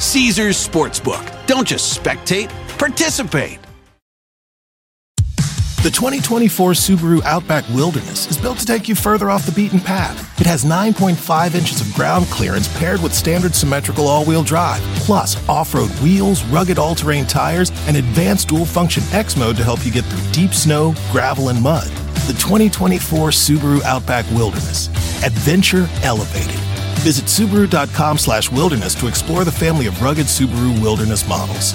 Caesars Sportsbook. Don't just spectate, participate.
The 2024 Subaru Outback Wilderness is built to take you further off the beaten path. It has 9.5 inches of ground clearance paired with standard symmetrical all wheel drive, plus off road wheels, rugged all terrain tires, and advanced dual function X mode to help you get through deep snow, gravel, and mud. The 2024 Subaru Outback Wilderness. Adventure elevated. Visit Subaru.com slash wilderness to explore the family of rugged Subaru wilderness models.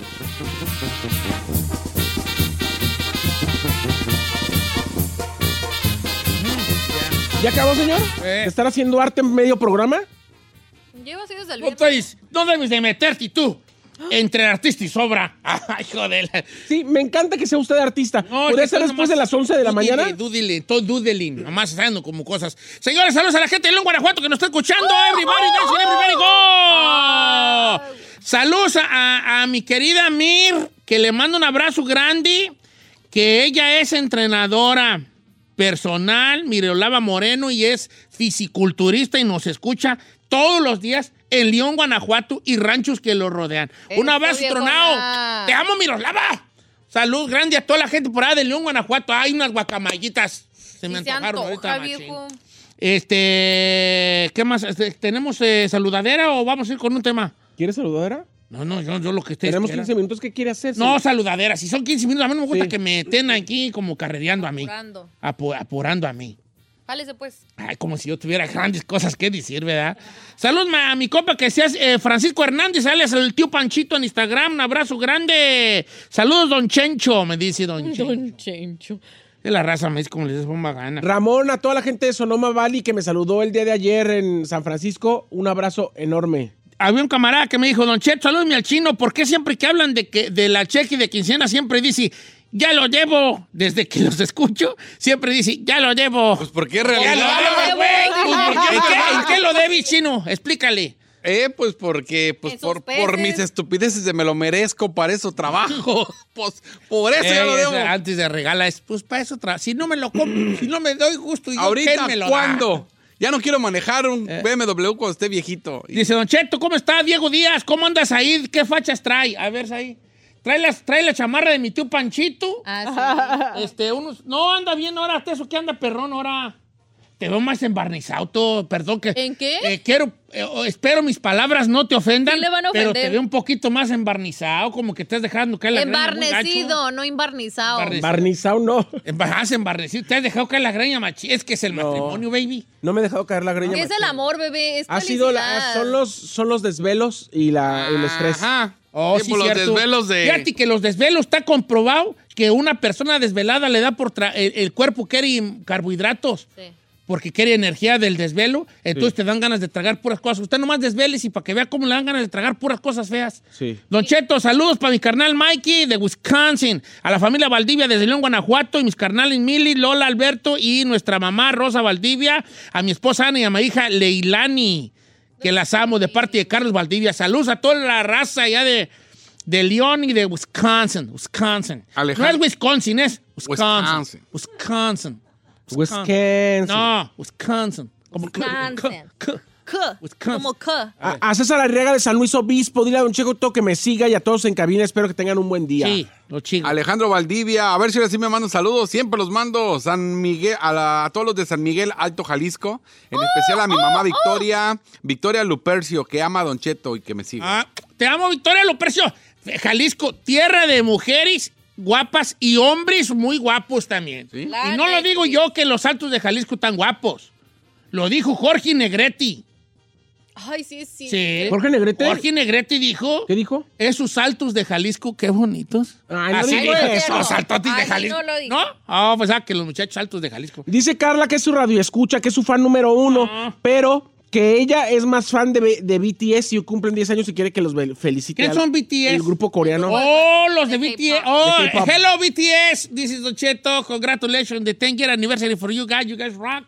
¿Ya acabó, señor? ¿De ¿Estar haciendo arte en medio programa?
Llevo así desde el
No, traes- no debes de meterte tú entre artista y sobra. Ay, joder.
Sí, me encanta que sea usted artista.
No,
¿Podría ser después de las 11 de la
Dúdile,
mañana?
Dúdile, todo dudelin, nomás haciendo como cosas. Señores, saludos a la gente de León, Guanajuato que nos está escuchando. Everybody, dance and everybody go. Saludos a, a- a mi querida Mir, que le mando un abrazo grande, que ella es entrenadora personal, Mirolava Moreno, y es fisiculturista y nos escucha todos los días en León, Guanajuato y ranchos que lo rodean. un
Eso,
abrazo,
viejona.
tronado. Te amo, Mirolava. Salud grande a toda la gente por allá de León, Guanajuato. Hay unas guacamallitas. Se me
Y se
antojaron
antoja,
ahorita, machín.
viejo.
Este, ¿qué más? Este, ¿Tenemos eh, saludadera o vamos a ir con un tema?
¿Quieres saludadera?
No, no, yo, yo lo que esté.
Tenemos 15 minutos. ¿Qué quiere hacer?
No,
señor?
saludadera. Si son 15 minutos, a mí no me gusta
Sí.
que me estén aquí como carrereando a mí.
Curando.
apu- apurando a mí.
Jálese, pues.
Ay, como si yo tuviera grandes cosas que decir, ¿verdad? Salud ma- a mi compa que seas eh, Francisco Hernández, alias el tío Panchito en Instagram. Un abrazo grande. Saludos, don Chencho, me dice don Chencho. Don
Chencho.
Es la raza, me dice como les ponga gana.
Ramón, a toda la gente de Sonoma Valley que me saludó el día de ayer en San Francisco, un abrazo enorme.
Había un camarada que me dijo, don Cheto, salúdame al chino, ¿por qué siempre que hablan de, que, de la cheque y de quincena siempre dice, ya lo llevo? Desde que los escucho, siempre dice, ya lo llevo. Pues
¿por qué
Ya
realidad?
lo llevo, güey. Pues, ¿por qué? ¿En qué- en qué lo debí, chino? Explícale.
Eh, pues porque, pues por, por mis estupideces de me lo merezco, para eso trabajo. pues por eso
Ey,
ya lo
Eh,
esa-
debo.
Antes de regala es, pues para eso, tra- si no me lo compro, si no me doy gusto, ¿y yo
Ahorita,
quién me lo da? Eh.
¿cuándo? Ya no quiero manejar un BMW cuando esté viejito.
Dice Don Cheto, ¿cómo está Diego Díaz? ¿Cómo andas ahí? ¿Qué fachas trae? A ver, ahí. Trae, las, trae la chamarra de mi tío Panchito.
Ah,
Este, unos. No, anda bien ahora, hasta eso que anda perrón ahora. Te veo más embarnizado, todo, perdón que. ¿En qué? quiero, eh, oh, espero mis palabras no te ofendan.
Sí le van a
pero
ofender.
te veo un poquito más embarnizado, como que estás dejando caer la greña muy gacho.
Embarnecido, no embarnizado.
Barnizado no.
Embajas embarnecido. ah, Te has dejado caer la greña, machi. Es que es el matrimonio, baby.
No me he dejado caer la greña.
Es el amor, bebé. Es
ha sido la,
felicidad.
son, los, son los desvelos y la, el estrés.
Ajá. Oh,
pues,
sí,
Tipo los
cierto.
desvelos de-
Fíjate que los desvelos está comprobado que una persona desvelada le da por... tra- El, el cuerpo quiere carbohidratos. Porque quiere energía del desvelo. Entonces te dan ganas de tragar puras cosas. Usted nomás desveles y para que vea cómo le dan ganas de tragar puras cosas feas.
Sí.
Don Cheto, saludos para mi carnal Mikey de Wisconsin, a la familia Valdivia desde León, Guanajuato, y mis carnales Mili, Lola, Alberto y nuestra mamá Rosa Valdivia, a mi esposa Ana y a mi hija Leilani, que las amo de parte de Carlos Valdivia. Saludos a toda la raza allá de, de León y de Wisconsin, Wisconsin. No es Wisconsin, es Wisconsin. Wisconsin. Wisconsin.
Wisconsin.
No, Wisconsin. Como que-
Wisconsin. Como K.
A, a César Arriaga de San Luis Obispo, dile a Don Checo Toto que me siga y a todos en cabina, espero que tengan un buen día.
Sí, lo chico.
Alejandro Valdivia, a ver si ahora sí me mandan saludos. Siempre los mando San Miguel, a, la- a todos los de San Miguel, Alto Jalisco.
Oh,
En especial a mi mamá Victoria, Victoria Lupercio, que ama a Don Cheto y que me sigue.
Ah. Te amo, Victoria Loprecio. Jalisco, tierra de mujeres guapas y hombres muy guapos también. Y no lo digo yo que los altos de Jalisco están guapos. Lo dijo Jorge Negretti.
Ay, sí, sí.
Sí.
¿Jorge Negrete?
Jorge Negretti dijo.
¿Qué dijo?
Esos altos de Jalisco, qué bonitos.
Ay, no
Así
dijo
dijo,
eso.
esos altotes de
Ay,
Jalisco.
no lo dijo.
No, Ah, pues ah, que los muchachos altos de Jalisco.
Dice Carla que es su radio escucha, que es su fan número uno,
Ah.
pero que ella es más fan de, B- de BTS y cumplen 10 años y quiere que los ve- felicite.
¿Quiénes
al-
son BTS?
El grupo coreano.
Oh, los de, BTS. Oh,
De K-pop.
hello BTS. This is Don Cheto. Congratulations. The 10 year anniversary for you guys. You guys rock.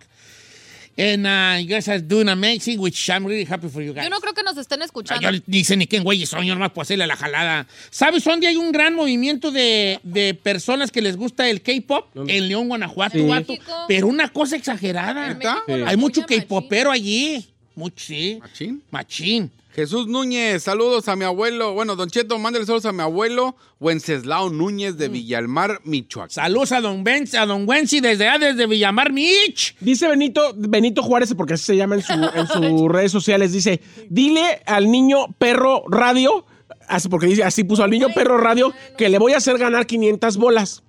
And uh, you guys are doing amazing, which I'm really happy for you guys.
Yo no creo que nos estén
Ah,
escuchando.
Yo dicen ni quién güeyes son, yo nomás puedo hacerle la jalada. ¿Sabes dónde hay un gran movimiento de, de personas que les gusta el K-pop? En León, Guanajuato,
Sí.
vato.
México.
pero una cosa exagerada.
¿Neta? Sí.
Hay mucho K-popero allí. Mucho, sí.
Machín.
Machín.
Jesús Núñez, saludos a mi abuelo. Bueno, Don Cheto, mándale saludos a mi abuelo Wenceslao Núñez de Villalmar, Michoacán.
Saludos a Don Ben, a Don Wensi desde, ah, desde Villamar Mich.
Dice Benito, Benito Juárez, porque así se llama en, su- en sus redes sociales, dice, dile al niño perro radio, así porque dice, así puso al niño perro radio, que le voy a hacer ganar 500 bolas.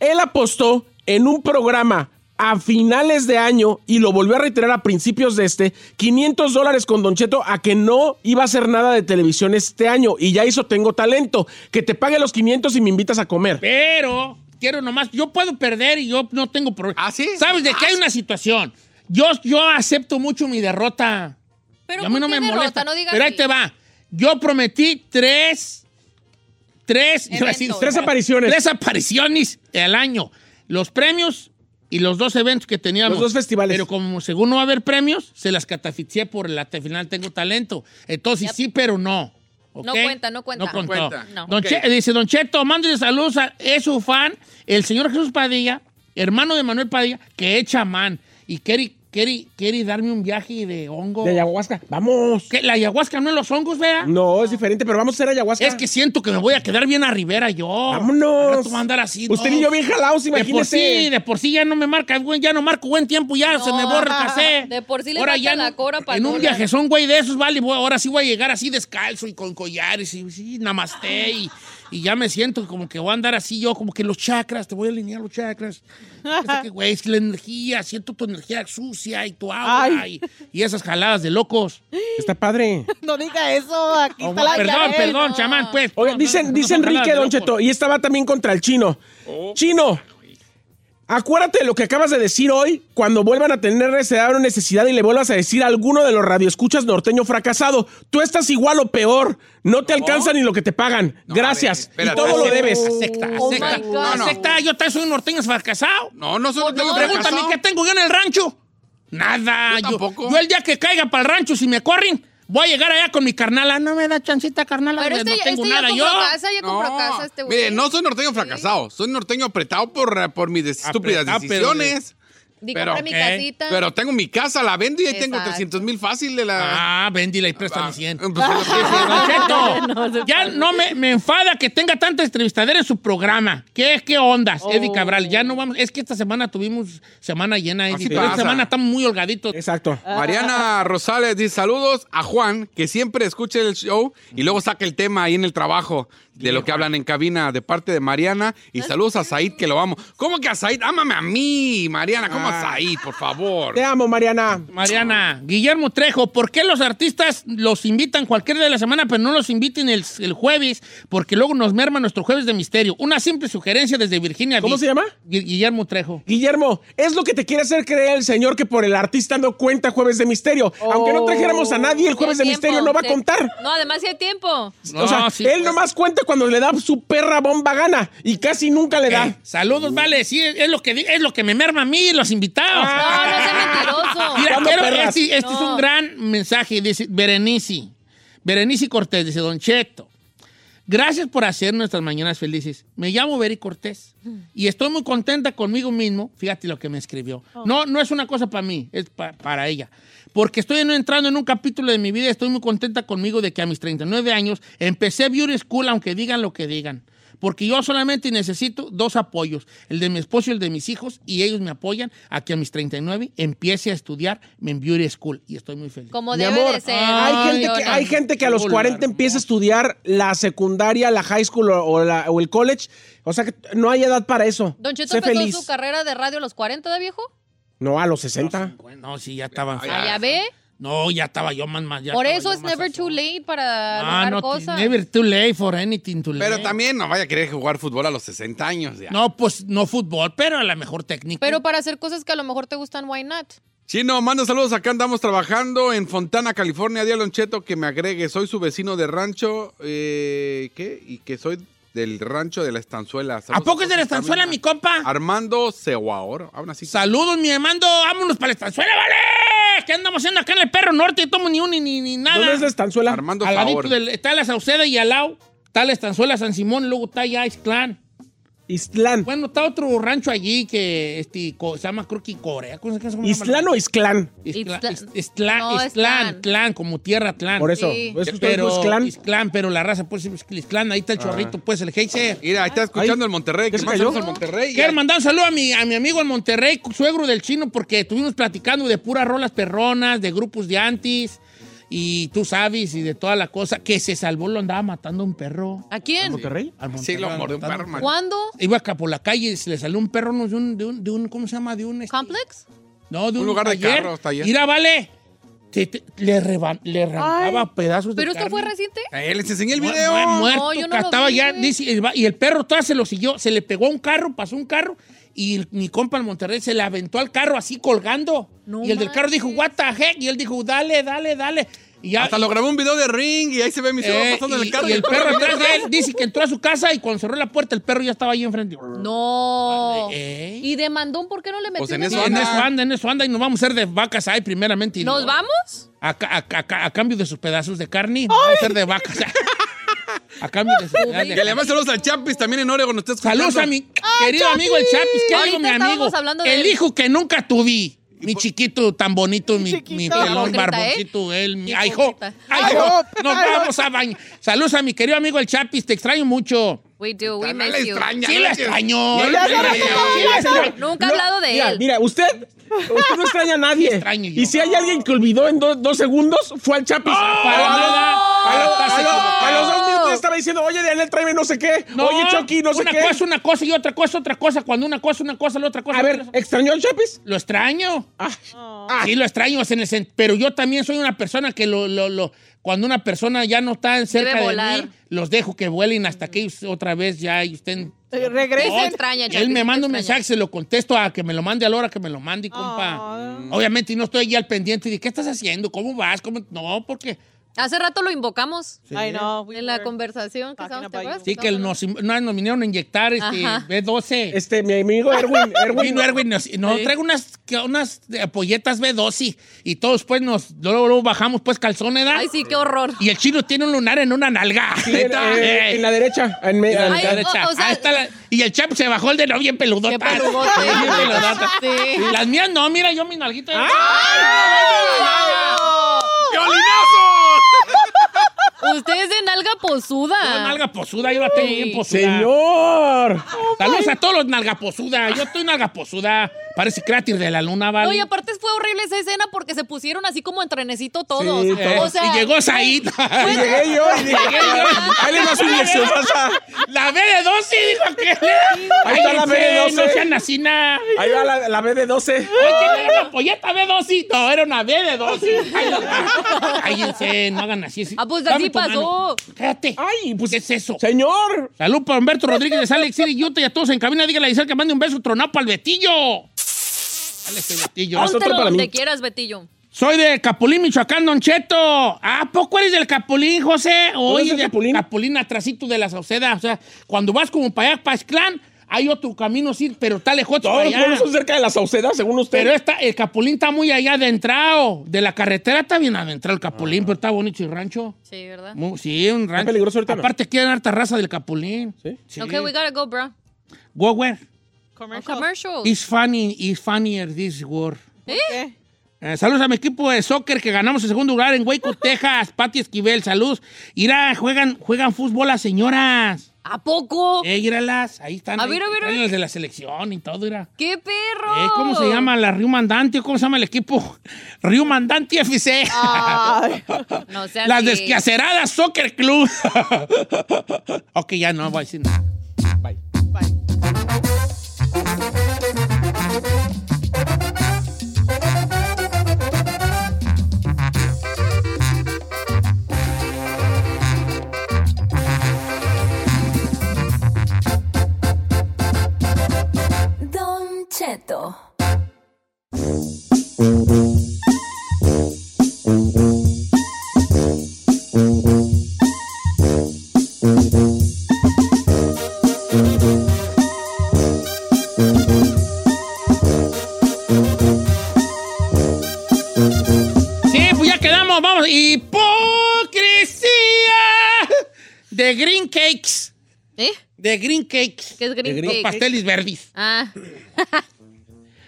Él apostó en un programa a finales de año y lo volvió a reiterar a principios de este, 500 dólares con Don Cheto a que no iba a hacer nada de televisión este año y ya hizo Tengo Talento, que te pague los 500 y me invitas a comer.
Pero quiero nomás, yo puedo perder y yo no tengo problema. ¿Ah, sí? ¿Sabes de qué hay una situación? Yo, yo acepto mucho mi derrota.
Pero
Y a mí
¿por
no
qué
me
derrota?
molesta.
No digas
Pero ahí
sí.
te va. Yo prometí tres. Tres. iba a decir-
Tres apariciones.
Tres apariciones al año. Los premios y los dos eventos que teníamos.
Los dos festivales.
Pero como según no va a haber premios, se las catafixié por la te- final tengo talento. Entonces sí, pero no. ¿ok?
No cuenta, no cuenta.
No contó.
Cuenta. No.
Don
Ok.
Che- eh, dice Don Cheto, mándale saludos a es su fan, el señor Jesús Padilla, hermano de Manuel Padilla, que es chamán y quiere, quiere, quiere darme un viaje de hongo.
De ayahuasca, vamos.
¿Qué, ¿La ayahuasca no es los hongos, vea?
No, es diferente, pero vamos a hacer ayahuasca.
Es que siento que me voy a quedar bien a Rivera yo.
Vámonos.
Al rato voy a andar así.
Usted y yo bien jalados,
De por
imagínese.
sí, de por sí ya no me marca, güey, ya no marco buen tiempo, ya se me borra el casé.
De por sí le
Ahora
falta
ya
la
en-
cobra para
En
el
un
dólar.
viaje son güey de esos, vale, voy- ahora sí voy a llegar así descalzo y con collares y sí, namaste y, y ya me siento como que voy a andar así yo, como que los chakras, te voy a alinear los chakras. Piensa que, Güey, es la energía, siento tu energía sucia y tu agua y, y esas jaladas de locos.
Está padre.
No diga eso, aquí está la
Oh, perdón,
llave.
perdón, chamán, pues.
Oiga, dicen, dice Enrique Don Cheto, y estaba también contra el chino. Chino, acuérdate de lo que acabas de decir hoy cuando vuelvan a tener necesidad o necesidad y le vuelvas a decir a alguno de los radioescuchas norteño fracasado. Tú estás igual o peor. No te alcanza ni lo que te pagan. Gracias. y todo lo debes. Oh
Acepta, acepta.
my
No, no. Acepta, yo también soy un norteño fracasado.
No, no soy norteño
Pregúntame
fracasado.
qué tengo yo en el rancho. Nada. Yo, yo el día que caiga para el rancho, si me corren, voy a llegar allá con mi carnala. No me da chancita, carnala.
Pero
no
este,
tengo
este
nada
ya
yo.
compró casa, ya compró casa este güey.
Mire, no soy norteño fracasado, soy norteño apretado por, eh, por mis estúpidas
Apretado, pero-
decisiones.
Di,
Pero,
compré mi casita.
pero tengo mi casa, la vendo y ahí tengo
Exacto.
300 mil fácil de la... pues,
Ah, véndila y préstame 100. Don Cheto,
Cheto.
ya no me, me enfada que tenga tanta entrevistadera en su programa. ¿Qué, qué ondas, Eddie Cabral? Ya no vamos. Es que esta semana tuvimos semana llena, Eddie.
Así
Pero esta
pasa.
semana estamos muy holgaditos.
Exacto.
Mariana Rosales dice saludos a Juan, que siempre escucha el show y luego saca el tema ahí en el trabajo de lo que hablan en cabina de parte de Mariana. Y saludos a Said, que lo amo. ¿Cómo que a Said? Ámame a mí, Mariana. ¿Cómo
Ah.
a Said, por favor?
Te amo, Mariana.
Mariana, Guillermo Trejo, ¿por qué los artistas los invitan cualquier día de la semana, pero no los inviten el, el jueves? Porque luego nos merma nuestro jueves de misterio. Una simple sugerencia desde Virginia.
¿Cómo
Beach.
se llama?
Gui- Guillermo Trejo.
Guillermo, es lo que te quiere hacer creer el señor que por el artista no cuenta Jueves de Misterio. Aunque no trajéramos a nadie, el Jueves de
Tiempo,
Misterio no va a
sí.
contar.
No, además sí hay tiempo.
o sea,
pues.
él nomás cuenta cuando le da su perra bomba gana y casi nunca
Eh.
le da.
Mm.
Saludos, vale, sí, es es lo que di- es lo que me merma a mí, los invitados.
Ah, No, no sea mentiroso.
Mira,
¿Cuándo,
quiero-
perras?
este, este es
No.
un gran mensaje, dice Berenice. Berenice Cortés, dice Don Cheto. Gracias por hacer nuestras mañanas felices. Me llamo Beri Cortés y estoy muy contenta conmigo mismo. Fíjate lo que me escribió. No, no es una cosa para mí, es pa- para ella. Porque estoy en- entrando en un capítulo de mi vida y estoy muy contenta conmigo de que a mis 39 años empecé Beauty School, aunque digan lo que digan. Porque yo solamente necesito dos apoyos, el de mi esposo y el de mis hijos, y ellos me apoyan a que a mis 39 empiece a estudiar en Beauty School. Y estoy muy feliz.
Como
Mi
debe
amor,
de ser.
hay, gente que,
Fiona.
hay gente que a los
Hola,
40 empieza a estudiar la secundaria, la high school o, o la- o el college. O sea que no hay edad para eso.
Don Cheto
sé
empezó
feliz.
su carrera de radio a los 40, ¿de viejo?
No, a los 60.
No, sí, ya estaba.
Ah, ya ve.
No, ya estaba yo más, más. ya
Por
estaba
eso
yo
es
más
never too late para
Ah,
lograr
no,
cosas.
never too late for anything to
Pero
late.
también no vaya a querer jugar fútbol a los 60 años. Ya.
No, pues no fútbol, pero a la mejor técnica.
Pero para hacer cosas que a lo mejor te gustan, why not?
Chino, manda saludos. Acá andamos trabajando en Fontana, California. Día Loncheto que me agregue. Soy su vecino de rancho. eh, ¿Qué? Y que soy del rancho de la Estanzuela.
¿A poco es de la Estanzuela, mi compa?
Armando Ceguaor. Habla así.
Saludos, mi Armando. Vámonos para la Estanzuela, ¿vale? ¿Qué andamos haciendo acá en el Perro Norte? No tomo ni un ni, ni, ni nada.
¿Dónde es este? la estanzuela?
Armando Al ladito del- Está la Sauceda y al lado está la Estanzuela San Simón y luego está ya Istlán.
Istlán.
Bueno, está otro rancho allí que este, co- se llama creo que Corea. ¿Cómo se cómo se llama?
¿Istlán o Isclán?
Istlán,
Istlán.
Ist- Istlán,
No,
Istlán,
Istlán.
Tlán, como tierra Tlán.
Por eso, Sí. ¿es usted
Eh, pero,
dijo Istlán?
Istlán, pero la raza pues es Istlán, ahí está el
Ah.
chorrito, pues el Geyser.
Mira, ahí está escuchando el Monterrey. ¿Qué
se
pasa
cayó?
el Monterrey?
Quiero mandar un saludo a mi, a mi amigo en Monterrey, suegro del chino, porque estuvimos platicando de puras rolas perronas, de grupos de antis, y tú sabes, y de toda la cosa, que se salvó, lo andaba matando un perro.
¿A quién?
Monterrey? Al Monterrey.
Sí, lo mordió un perro, man.
¿Cuándo?
Iba acá por la calle y se le salió un perro no, de, un, de, un, de un, ¿cómo se llama? De un... este,
¿Complex?
no, de
Un
un,
lugar de
taller.
carros, taller.
Mira, vale. Te- te- le, reba- le arrancaba pedazos de
¿Pero esto fue
carne.
reciente?
Eh, les enseñé el
Mu-
video.
mu- muerto,
No, yo no lo
estaba
vi,
ya,
güey.
dice, el va- y el perro todavía se lo siguió, se le pegó un carro, pasó un carro, y el- mi compa en Monterrey se le aventó al carro así colgando.
No
y el del carro dijo, what the heck, y él dijo, dale, dale, dale. Y ya,
Hasta
y-
lo grabó un video de Ring y ahí se ve mi
eh,
celular pasando en
y,
el carro.
y el perro atrás de él dice que entró a su casa y cuando cerró la puerta, el perro ya estaba ahí enfrente.
No.
¿Eh? Pues
¿Y demandó un por qué no le metió
en,
una
eso
demanda?
anda, en eso anda, y nos vamos a hacer de vacas ahí primeramente. y
¿Nos
no-
vamos?
A, ca- a ca- a ca- a cambio de sus pedazos de carne, vamos a ser de vacas. a cambio de sus pedazos de
Que le
carne.
mando saludos al Chapis también en Oregon. ¿Estás
Saludos a mi
¡Ah,
querido amigo el Chapis. ¿Qué digo, mi amigo? El hijo que nunca tuve. Mi chiquito tan bonito, mi, mi pelón
Hipócrita, ¿eh?
barboncito, él, mi ay, jo,
Hipócrita.
ay,
Ay,
jo,
jo.
nos
Ay, jo.
vamos a bañar. Saludos a mi querido amigo el Chapis, te extraño mucho.
We do, we
No
miss
le
you.
extraña, Sí no le le extrañó. extrañó.
Sí le extrañó.
Mira,
Nunca ha
no,
hablado de
mira,
él.
Mira, usted, usted no extraña a nadie. y si hay alguien que olvidó en do- dos segundos, fue al Chapis.
¡Oh!
Para nada.
A, lo-
Para
a lo-
nada.
a los dos minutos estaba diciendo, oye, Daniel, tráeme no sé qué. oye, Chucky, no sé
una
qué.
cosa, una cosa y otra cosa, otra cosa. Cuando una cosa, una cosa, la otra cosa.
A ver, ¿extrañó el Chapis?
Lo extraño.
Ah.
Sí, lo extraño. en el sen- Pero yo también soy una persona que lo, lo- lo- cuando una persona ya no está cerca de
volar.
mí, los dejo que vuelen hasta que ellos otra vez ya y estén...
Eh,
Sí
Oh,
se extraña,
Él
Chapis,
me
sí
manda
te
un
extraña.
mensaje, se lo contesto a que me lo mande a la hora que me lo mande, compa.
Ah.
Obviamente no estoy ya al pendiente de qué estás haciendo, cómo vas, ¿Cómo? No, porque...
Hace rato lo invocamos.
Sí. I know,
en la conversación que estábamos, ¿te acuerdas?
Sí, que nos, nos, nos vinieron a inyectar este
Ajá.
B12.
Este, mi amigo Erwin. Erwin.
Vino Erwin, nos, no,
Sí.
traigo unas, que- unas eh, polletas B12 y, y todos pues nos, luego, luego bajamos pues calzones, ¿verdad?
Ay, sí, qué horror.
Y el chino tiene un lunar en una nalga.
Sí, en, eh, en la derecha. En me-
En la
en-
derecha.
o- o sea-
Ahí está la- y el chap se bajó el de no bien peludota.
Qué peludote.
Bien peludota.
Sí.
Las mías no, mira, yo mis nalguitas.
Usted es de nalga posuda.
Yo de nalga posuda, yo la tengo
Sí.
bien posuda.
Señor.
Saludos a todos los nalgaposuda. Yo estoy nalgaposuda. Parece cráter de la luna, ¿vale?
No, y aparte fue horrible esa escena porque se pusieron así como en trenecito todos.
Sí, todos.
O sea,
Eh, y llegó Said.
Y llegué yo y dije, "Ah, ahí le va su inyección, pasa.
La B de 12, dijo que.
Ahí está
Ay,
la
no
B de
sé,
12.
No sean así, na.
Ahí va la, la B de 12.
Ay, ¿quién era una polleta B12? No, era una B de 12. Ay, no. Cállense, no hagan así.
Ah, pues así
Dame tu mano.
pasó.
Cállate.
Ay, pues.
¿Qué es eso?
Señor.
Salud para Humberto Rodríguez de Salex City, Utah y a todos en cabina. Dígale a Isaac que mande un beso tronado para el Betillo. Dale este Betillo.
Haz otro
póntelo
para mí.
donde quieras, Betillo.
Soy de Capulín, Michoacán, Don Cheto. ¿A poco eres del Capulín, José? Oye,
es el
de Capulín?
Capulín?
atrasito de la Sauceda. O sea, cuando vas como para allá, para Esclán, hay otro camino, sí, pero está lejos para
Todos los pueblos
allá.
son cerca de la Sauceda, según usted.
Pero está, el Capulín está muy allá adentrado. De la carretera está bien adentrado el Capulín, pero está bonito el rancho.
Sí, ¿verdad?
Mu- Sí, un rancho.
Ah. peligroso ahorita, ¿no?
Aparte, quieren harta raza del Capulín.
Sí.
Sí.
Okay, we gotta go, bro.
Go where?
Commercial. Commercials.
It's funny, it's funnier this war.
¿Eh?
Eh, saludos a mi equipo de soccer que ganamos el segundo lugar en Waco, Texas. Pati Esquivel, saludos. Irá, juegan, juegan fútbol las señoras.
¿A poco?
Eh, íralas, ahí están.
A
ahí,
ver, a ver, a
están
ver.
las de la selección y todo, irá.
¡Qué perro!
Eh, ¿Cómo se llama la Río Mandante? ¿Cómo se llama el equipo? Río Mandante FC.
Ah. No sé.
las desquiaceradas Soccer Club. ok, ya no voy a decir nada.
Don Cheto.
pues Hipocresía de Green Cakes.
¿Eh?
De Green Cakes.
¿Qué es green
Los
cake?
pasteles verdes.
Ah.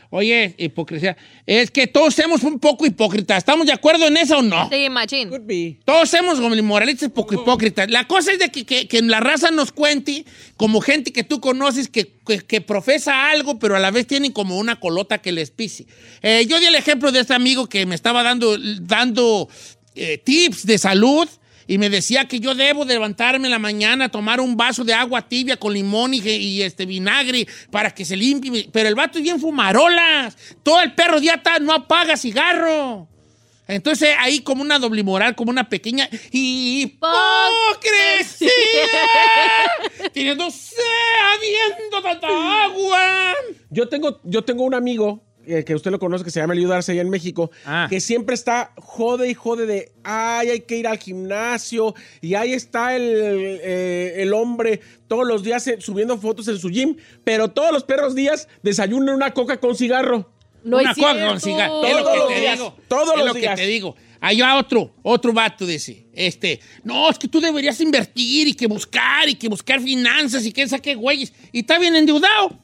Oye, hipocresía. Es que todos somos un poco hipócritas. ¿Estamos de acuerdo en eso o no?
Sí, machín. Could
be.
Todos somos como moralistas poco hipócritas. La cosa es de que, que, que la raza nos cuente como gente que tú conoces que, que- que profesa algo, pero a la vez tienen como una colota que les pise. Eh, yo di el ejemplo de este amigo que me estaba dando, dando eh, tips de salud y me decía que yo debo de levantarme en la mañana, tomar un vaso de agua tibia con limón y, y, este vinagre para que se limpie. Pero el vato es bien fumarolas. Todo el perro día está- no apaga cigarro. Entonces ahí como una doble moral, como una pequeña hipocresía. Teniendo sea habiendo tanta agua.
Yo tengo, yo tengo un amigo eh, que usted lo conoce que se llama Eliud Arce allá en México,
Ah.
Ah.
que siempre está jode y jode de, ay, hay que ir al gimnasio y ahí está el, eh, el hombre todos los días eh, subiendo fotos en su gym, pero todos los perros días desayuna una coca con cigarro.
una coca con cigarro. Es lo
Todos
que
los
te
días,
digo.
Todos
es
los
lo
días.
que te digo. Ahí va otro, otro vato dice, este, no, es que tú deberías invertir y que buscar y que buscar finanzas y que saque güeyes. Y está bien endeudado.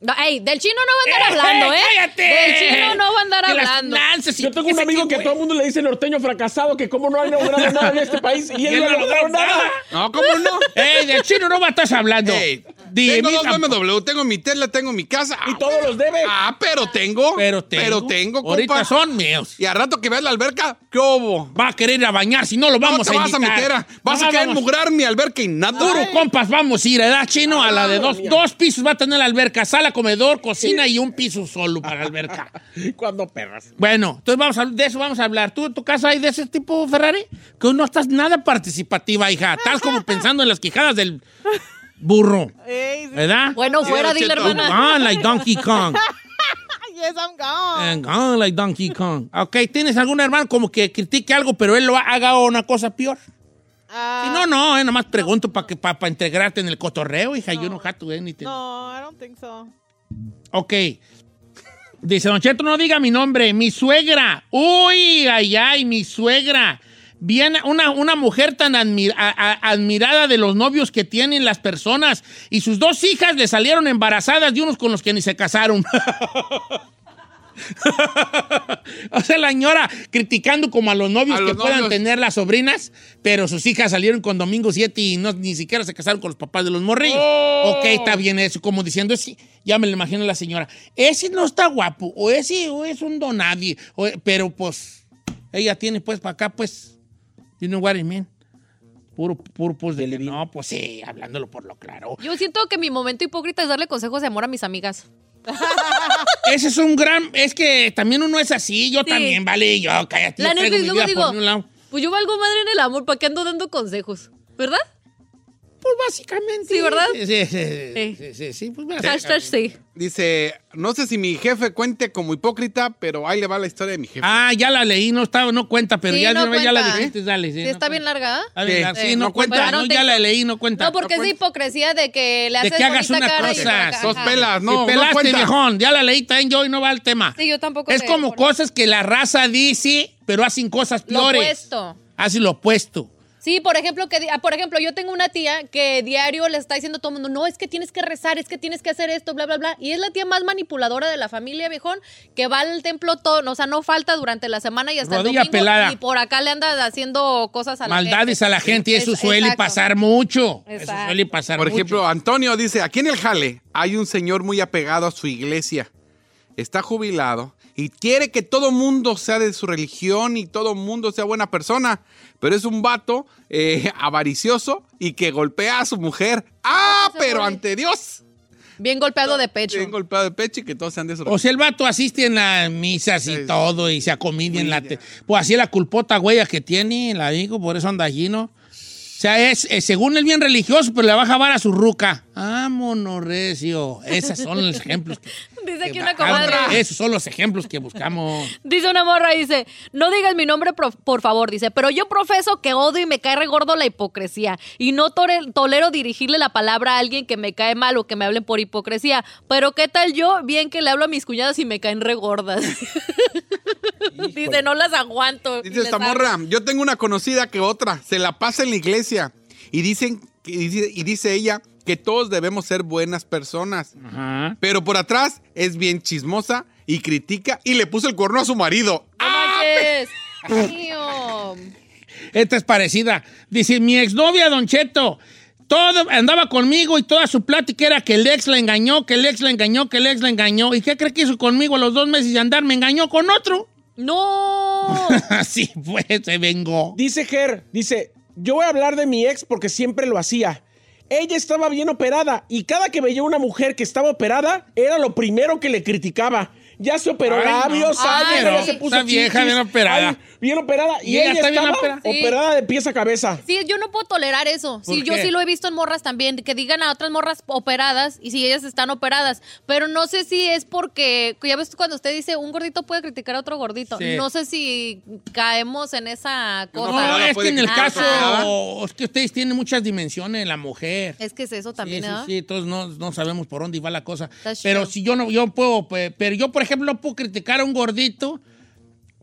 No, ey, del chino no va a andar
¡Eh,
hablando,
eh,
¿eh?
cállate!
Del chino no va a andar
Que las
hablando.
finanzas y-
Yo tengo un
ese
amigo que a todo el mundo le dice norteño fracasado, que cómo no ha logrado nada en este país y él no ha logrado nada.
No, ¿cómo no?
¡Ey, del chino no estás hablando!
tengo dos BMW, tengo mi Tesla, tengo mi casa.
Y todos los debe.
Ah, pero tengo. Pero tengo. Pero tengo,
Ahorita
compa.
son míos.
Y al rato que veas la alberca, ¿qué hubo?
Va a querer ir a bañar, si no lo vamos
no te
a
vas a
invitar.
meter. a- vas
No,
a querer
vamos.
mugrar mi alberca y nada.
Duro, compas, vamos a ir, ¿verdad, chino? A la de dos, dos pisos va a tener la alberca, sala, comedor, cocina y un piso solo para la alberca.
Cuando perras.
Bueno, entonces vamos a, de eso vamos a hablar. ¿Tú en tu casa hay de ese tipo, Ferrari? Que no estás nada participativa, hija. Estás como pensando en las quijadas del burro, ¿verdad?
Bueno, fuera, dile, hermana.
Ah, like Donkey Kong.
yes, I'm gone.
And gone like Donkey Kong. Ok, ¿tienes algún hermano como que critique algo, pero él lo ha- haga una cosa peor?
Ah,
Si no, no, eh, nada más pregunto para que para integrarte en el cotorreo, hija. Yo no jato, eh, ni te-
No, I don't think so.
Ok. Dice, Don Cheto, no diga mi nombre. Mi suegra. Uy, ay, ay, mi suegra. Bien, una, una mujer tan admi- a- a- admirada de los novios que tienen las personas. Y sus dos hijas le salieron embarazadas de unos con los que ni se casaron. o sea, la señora criticando como a los novios
A
que
los
puedan
novios.
tener las sobrinas, pero sus hijas salieron con Domingo 7 y no, ni siquiera se casaron con los papás de los morrillos.
Oh.
Ok, está bien eso, como diciendo, sí, ya me lo imagino la señora. Ese no está guapo, o ese o es un don nadie, o- pero pues ella tiene pues para acá pues, you know what I mean. Puro, puro pues de... No, pues sí, hablándolo por lo claro.
Yo siento que mi momento hipócrita es darle consejos de amor a mis amigas.
Ese es un gran... Es que también uno es así, yo también, vale, yo, cállate.
La
yo
neta,
traigo
y
mi
luego
vida por
digo,
un lado.
pues yo valgo madre en el amor, ¿para qué ando dando consejos? ¿Verdad?
Pues básicamente.
Sí, ¿verdad?
Sí, sí, sí.
Ey.
Sí, sí, sí, pues, mira,
Hashtag sí.
Dice, no sé si mi jefe cuente como hipócrita, pero ahí le va la historia de mi jefe.
Ah, ya la leí, no estaba, no cuenta, pero
Sí,
ya, de
no
una vez ya la
cuenta.
dijiste, dale. Sí,
Sí,
no
está bien larga, ¿ah?
Está bien larga. Sí, no cuenta,
Pero I don't
no, ya
think
la
so.
leí, no cuenta.
No, porque
No
es hipocresía de que le
de
haces
que hagas
bonita
una
cara y
cosa.
otra
Dos
cara.
pelas, no, no
Si pelaste,
cuenta.
viejón, ya la leí también yo y no va el tema.
Sí, yo tampoco
es
sé,
como
por-
cosas que la raza dice, pero hacen cosas
Lo
peores.
opuesto.
Hacen lo opuesto.
Sí, por ejemplo, que, di- ah, por ejemplo, yo tengo una tía que diario le está diciendo a todo el mundo, no, es que tienes que rezar, es que tienes que hacer esto, bla, bla, bla. Y es la tía más manipuladora de la familia, viejón, que va al templo todo, no, o sea, no falta durante la semana y hasta
Rodilla
el domingo.
pelada.
Y por acá le anda haciendo cosas a la
Maldades a la gente y eso
Es-
suele
exacto.
pasar mucho. Eso
Exacto.
suele pasar
Por
mucho.
ejemplo, Antonio dice, aquí en el Jale hay un señor muy apegado a su iglesia. Está jubilado y quiere que todo mundo sea de su religión y todo mundo sea buena persona. Pero es un vato eh, avaricioso y que golpea a su mujer. ¡Ah, pero ante Dios!
Bien golpeado de pecho.
Bien golpeado de pecho y que todos sean de su religión.
O sea, el vato asiste en las misas y todo, y se acomidia en la... te- Pues así es la culpota huella que tiene, la digo, por eso anda allí, ¿no? O sea, es, eh, según él bien religioso, pero le va a jabar a su ruca. Ámonos, recio. Esos son los ejemplos. que-
Dice aquí
que
una
bajamos.
comadre.
Esos son los ejemplos que buscamos.
Dice una morra, dice, no digas mi nombre, prof- por favor, dice, pero yo profeso que odio y me cae regordo la hipocresía y no tore- tolero dirigirle la palabra a alguien que me cae mal o que me hablen por hipocresía, pero qué tal yo, bien que le hablo a mis cuñadas y me caen regordas. Dice, no las aguanto.
Dice esta morra, yo tengo una conocida que otra, se la pasa en la iglesia y dicen que- y dice, y dice ella que todos debemos ser buenas personas. Pero por atrás es bien chismosa y critica y le puso el cuerno a su marido.
Mío.
Esta es parecida. Dice, mi exnovia, Don Cheto, todo, andaba conmigo y toda su plática era que el ex la engañó, que el ex la engañó, que el ex la engañó. ¿Y qué cree que hizo conmigo a los dos meses de andar? Me engañó con otro.
No.
Así fue, se vengó.
Dice Ger, dice, yo voy a hablar de mi ex porque siempre lo hacía. Ella estaba bien operada y cada que veía una mujer que estaba operada era lo primero que le criticaba. Ya se operó
Ay, no.
labios,
Ay,
ay,
no.
ya se puso
Esa vieja
chichis,
bien operada.
ay, bien operada y,
Y ella
ella,
está bien
estaba
operada.
Sí.
operada de pies a cabeza.
Sí, yo no puedo tolerar eso.
¿Por
Sí, yo
qué?
sí lo he visto en morras también, que digan a otras morras operadas y si ellas están operadas. Pero no sé si es porque, ya ves cuando usted dice un gordito puede criticar a otro gordito.
Sí.
No sé si caemos en esa cosa.
No, es que en el caso,
Ajá.
es que ustedes tienen muchas dimensiones, la mujer.
Es que es eso también,
Sí, sí,
¿verdad?
sí, entonces no, no sabemos por dónde va la cosa.
That's
pero
true.
si yo no, yo puedo, pe- pero yo, por ejemplo, no puedo criticar a un gordito.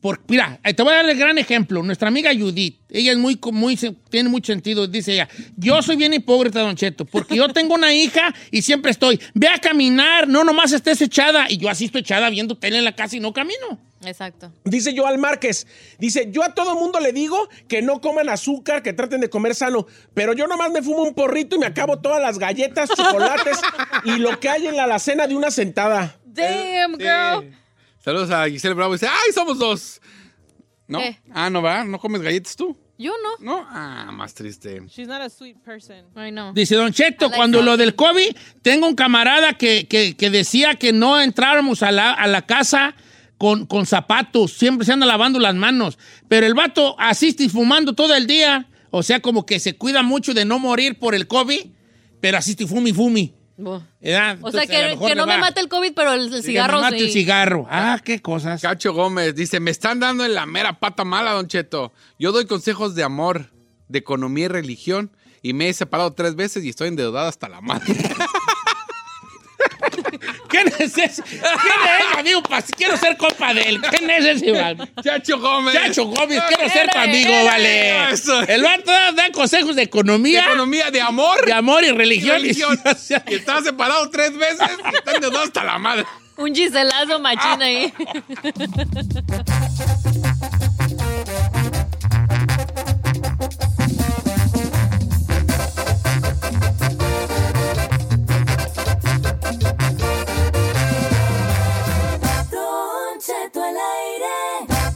Porque, mira, eh, te voy a dar el gran ejemplo. Nuestra amiga Judith, ella es muy, co- muy, se- tiene mucho sentido. Dice ella, yo soy bien hipócrita, Don Cheto, porque yo tengo una hija y siempre estoy, ve a caminar, no nomás estés echada. Y yo así estoy echada viendo tele en la casa y no camino.
Exacto.
Dice Joal Márquez, dice, yo a todo mundo le digo que no coman azúcar, que traten de comer sano, pero yo nomás me fumo un porrito y me acabo todas las galletas, chocolates y lo que hay en la alacena de una sentada.
Eh,
Damn, girl.
Saludos a Giselle Bravo. Dice, ¡ay, somos dos! ¿No?
¿Qué?
Ah, no, va, ¿No comes galletas tú?
Yo no.
No. Ah, más triste.
She's not a sweet person.
I know.
Dice Don Cheto, cuando lo del COVID, tengo un camarada que, que- que decía que no entráramos a la, a la casa con, con zapatos, siempre se anda lavando las manos, pero el vato asiste y fumando todo el día, o sea, como que se cuida mucho de no morir por el COVID, pero asiste y fumi, fumi.
Buh.
¿verdad?
O sea,
Eh, ah, Entonces, a lo
que,
mejor
que
le
no me
va.
mate el COVID, pero el, el
Sí, que
cigarro
me mate
sí.
el cigarro. Ah, qué cosas.
Cacho Gómez dice, me están dando en la mera pata mala, don Cheto. Yo doy consejos de amor, de economía y religión, y me he separado tres veces y estoy endeudada hasta la madre.
¿Quién es ese? ¿Quién es? Amigo, pa- quiero ser compa de él. ¿Quién es ese, vale?
Pues,
Chacho Gómez.
Chacho Gómez, quiero ser tu amigo,
eh,
vale.
Eso.
El vato da, da consejos de economía.
De economía, de amor.
De amor y religión.
Y religión. Y está separado tres veces y está endeudado hasta la madre.
Un giselazo
Ah.
machín ahí.
Don Cheto al aire.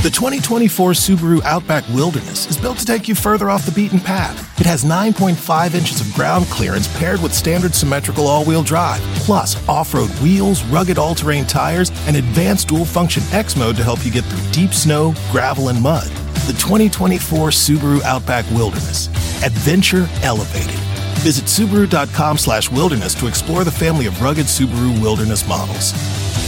The 2024 Subaru Outback Wilderness is built to take you further off the beaten path. It has 9.5 inches of ground clearance paired with standard symmetrical all wheel drive, plus off road wheels, rugged all terrain tires, and advanced dual function X mode to help you get through deep snow, gravel, and mud. The 2024 Subaru Outback Wilderness. Adventure elevated. Visit Subaru.com slash wilderness to explore the family of rugged Subaru wilderness models.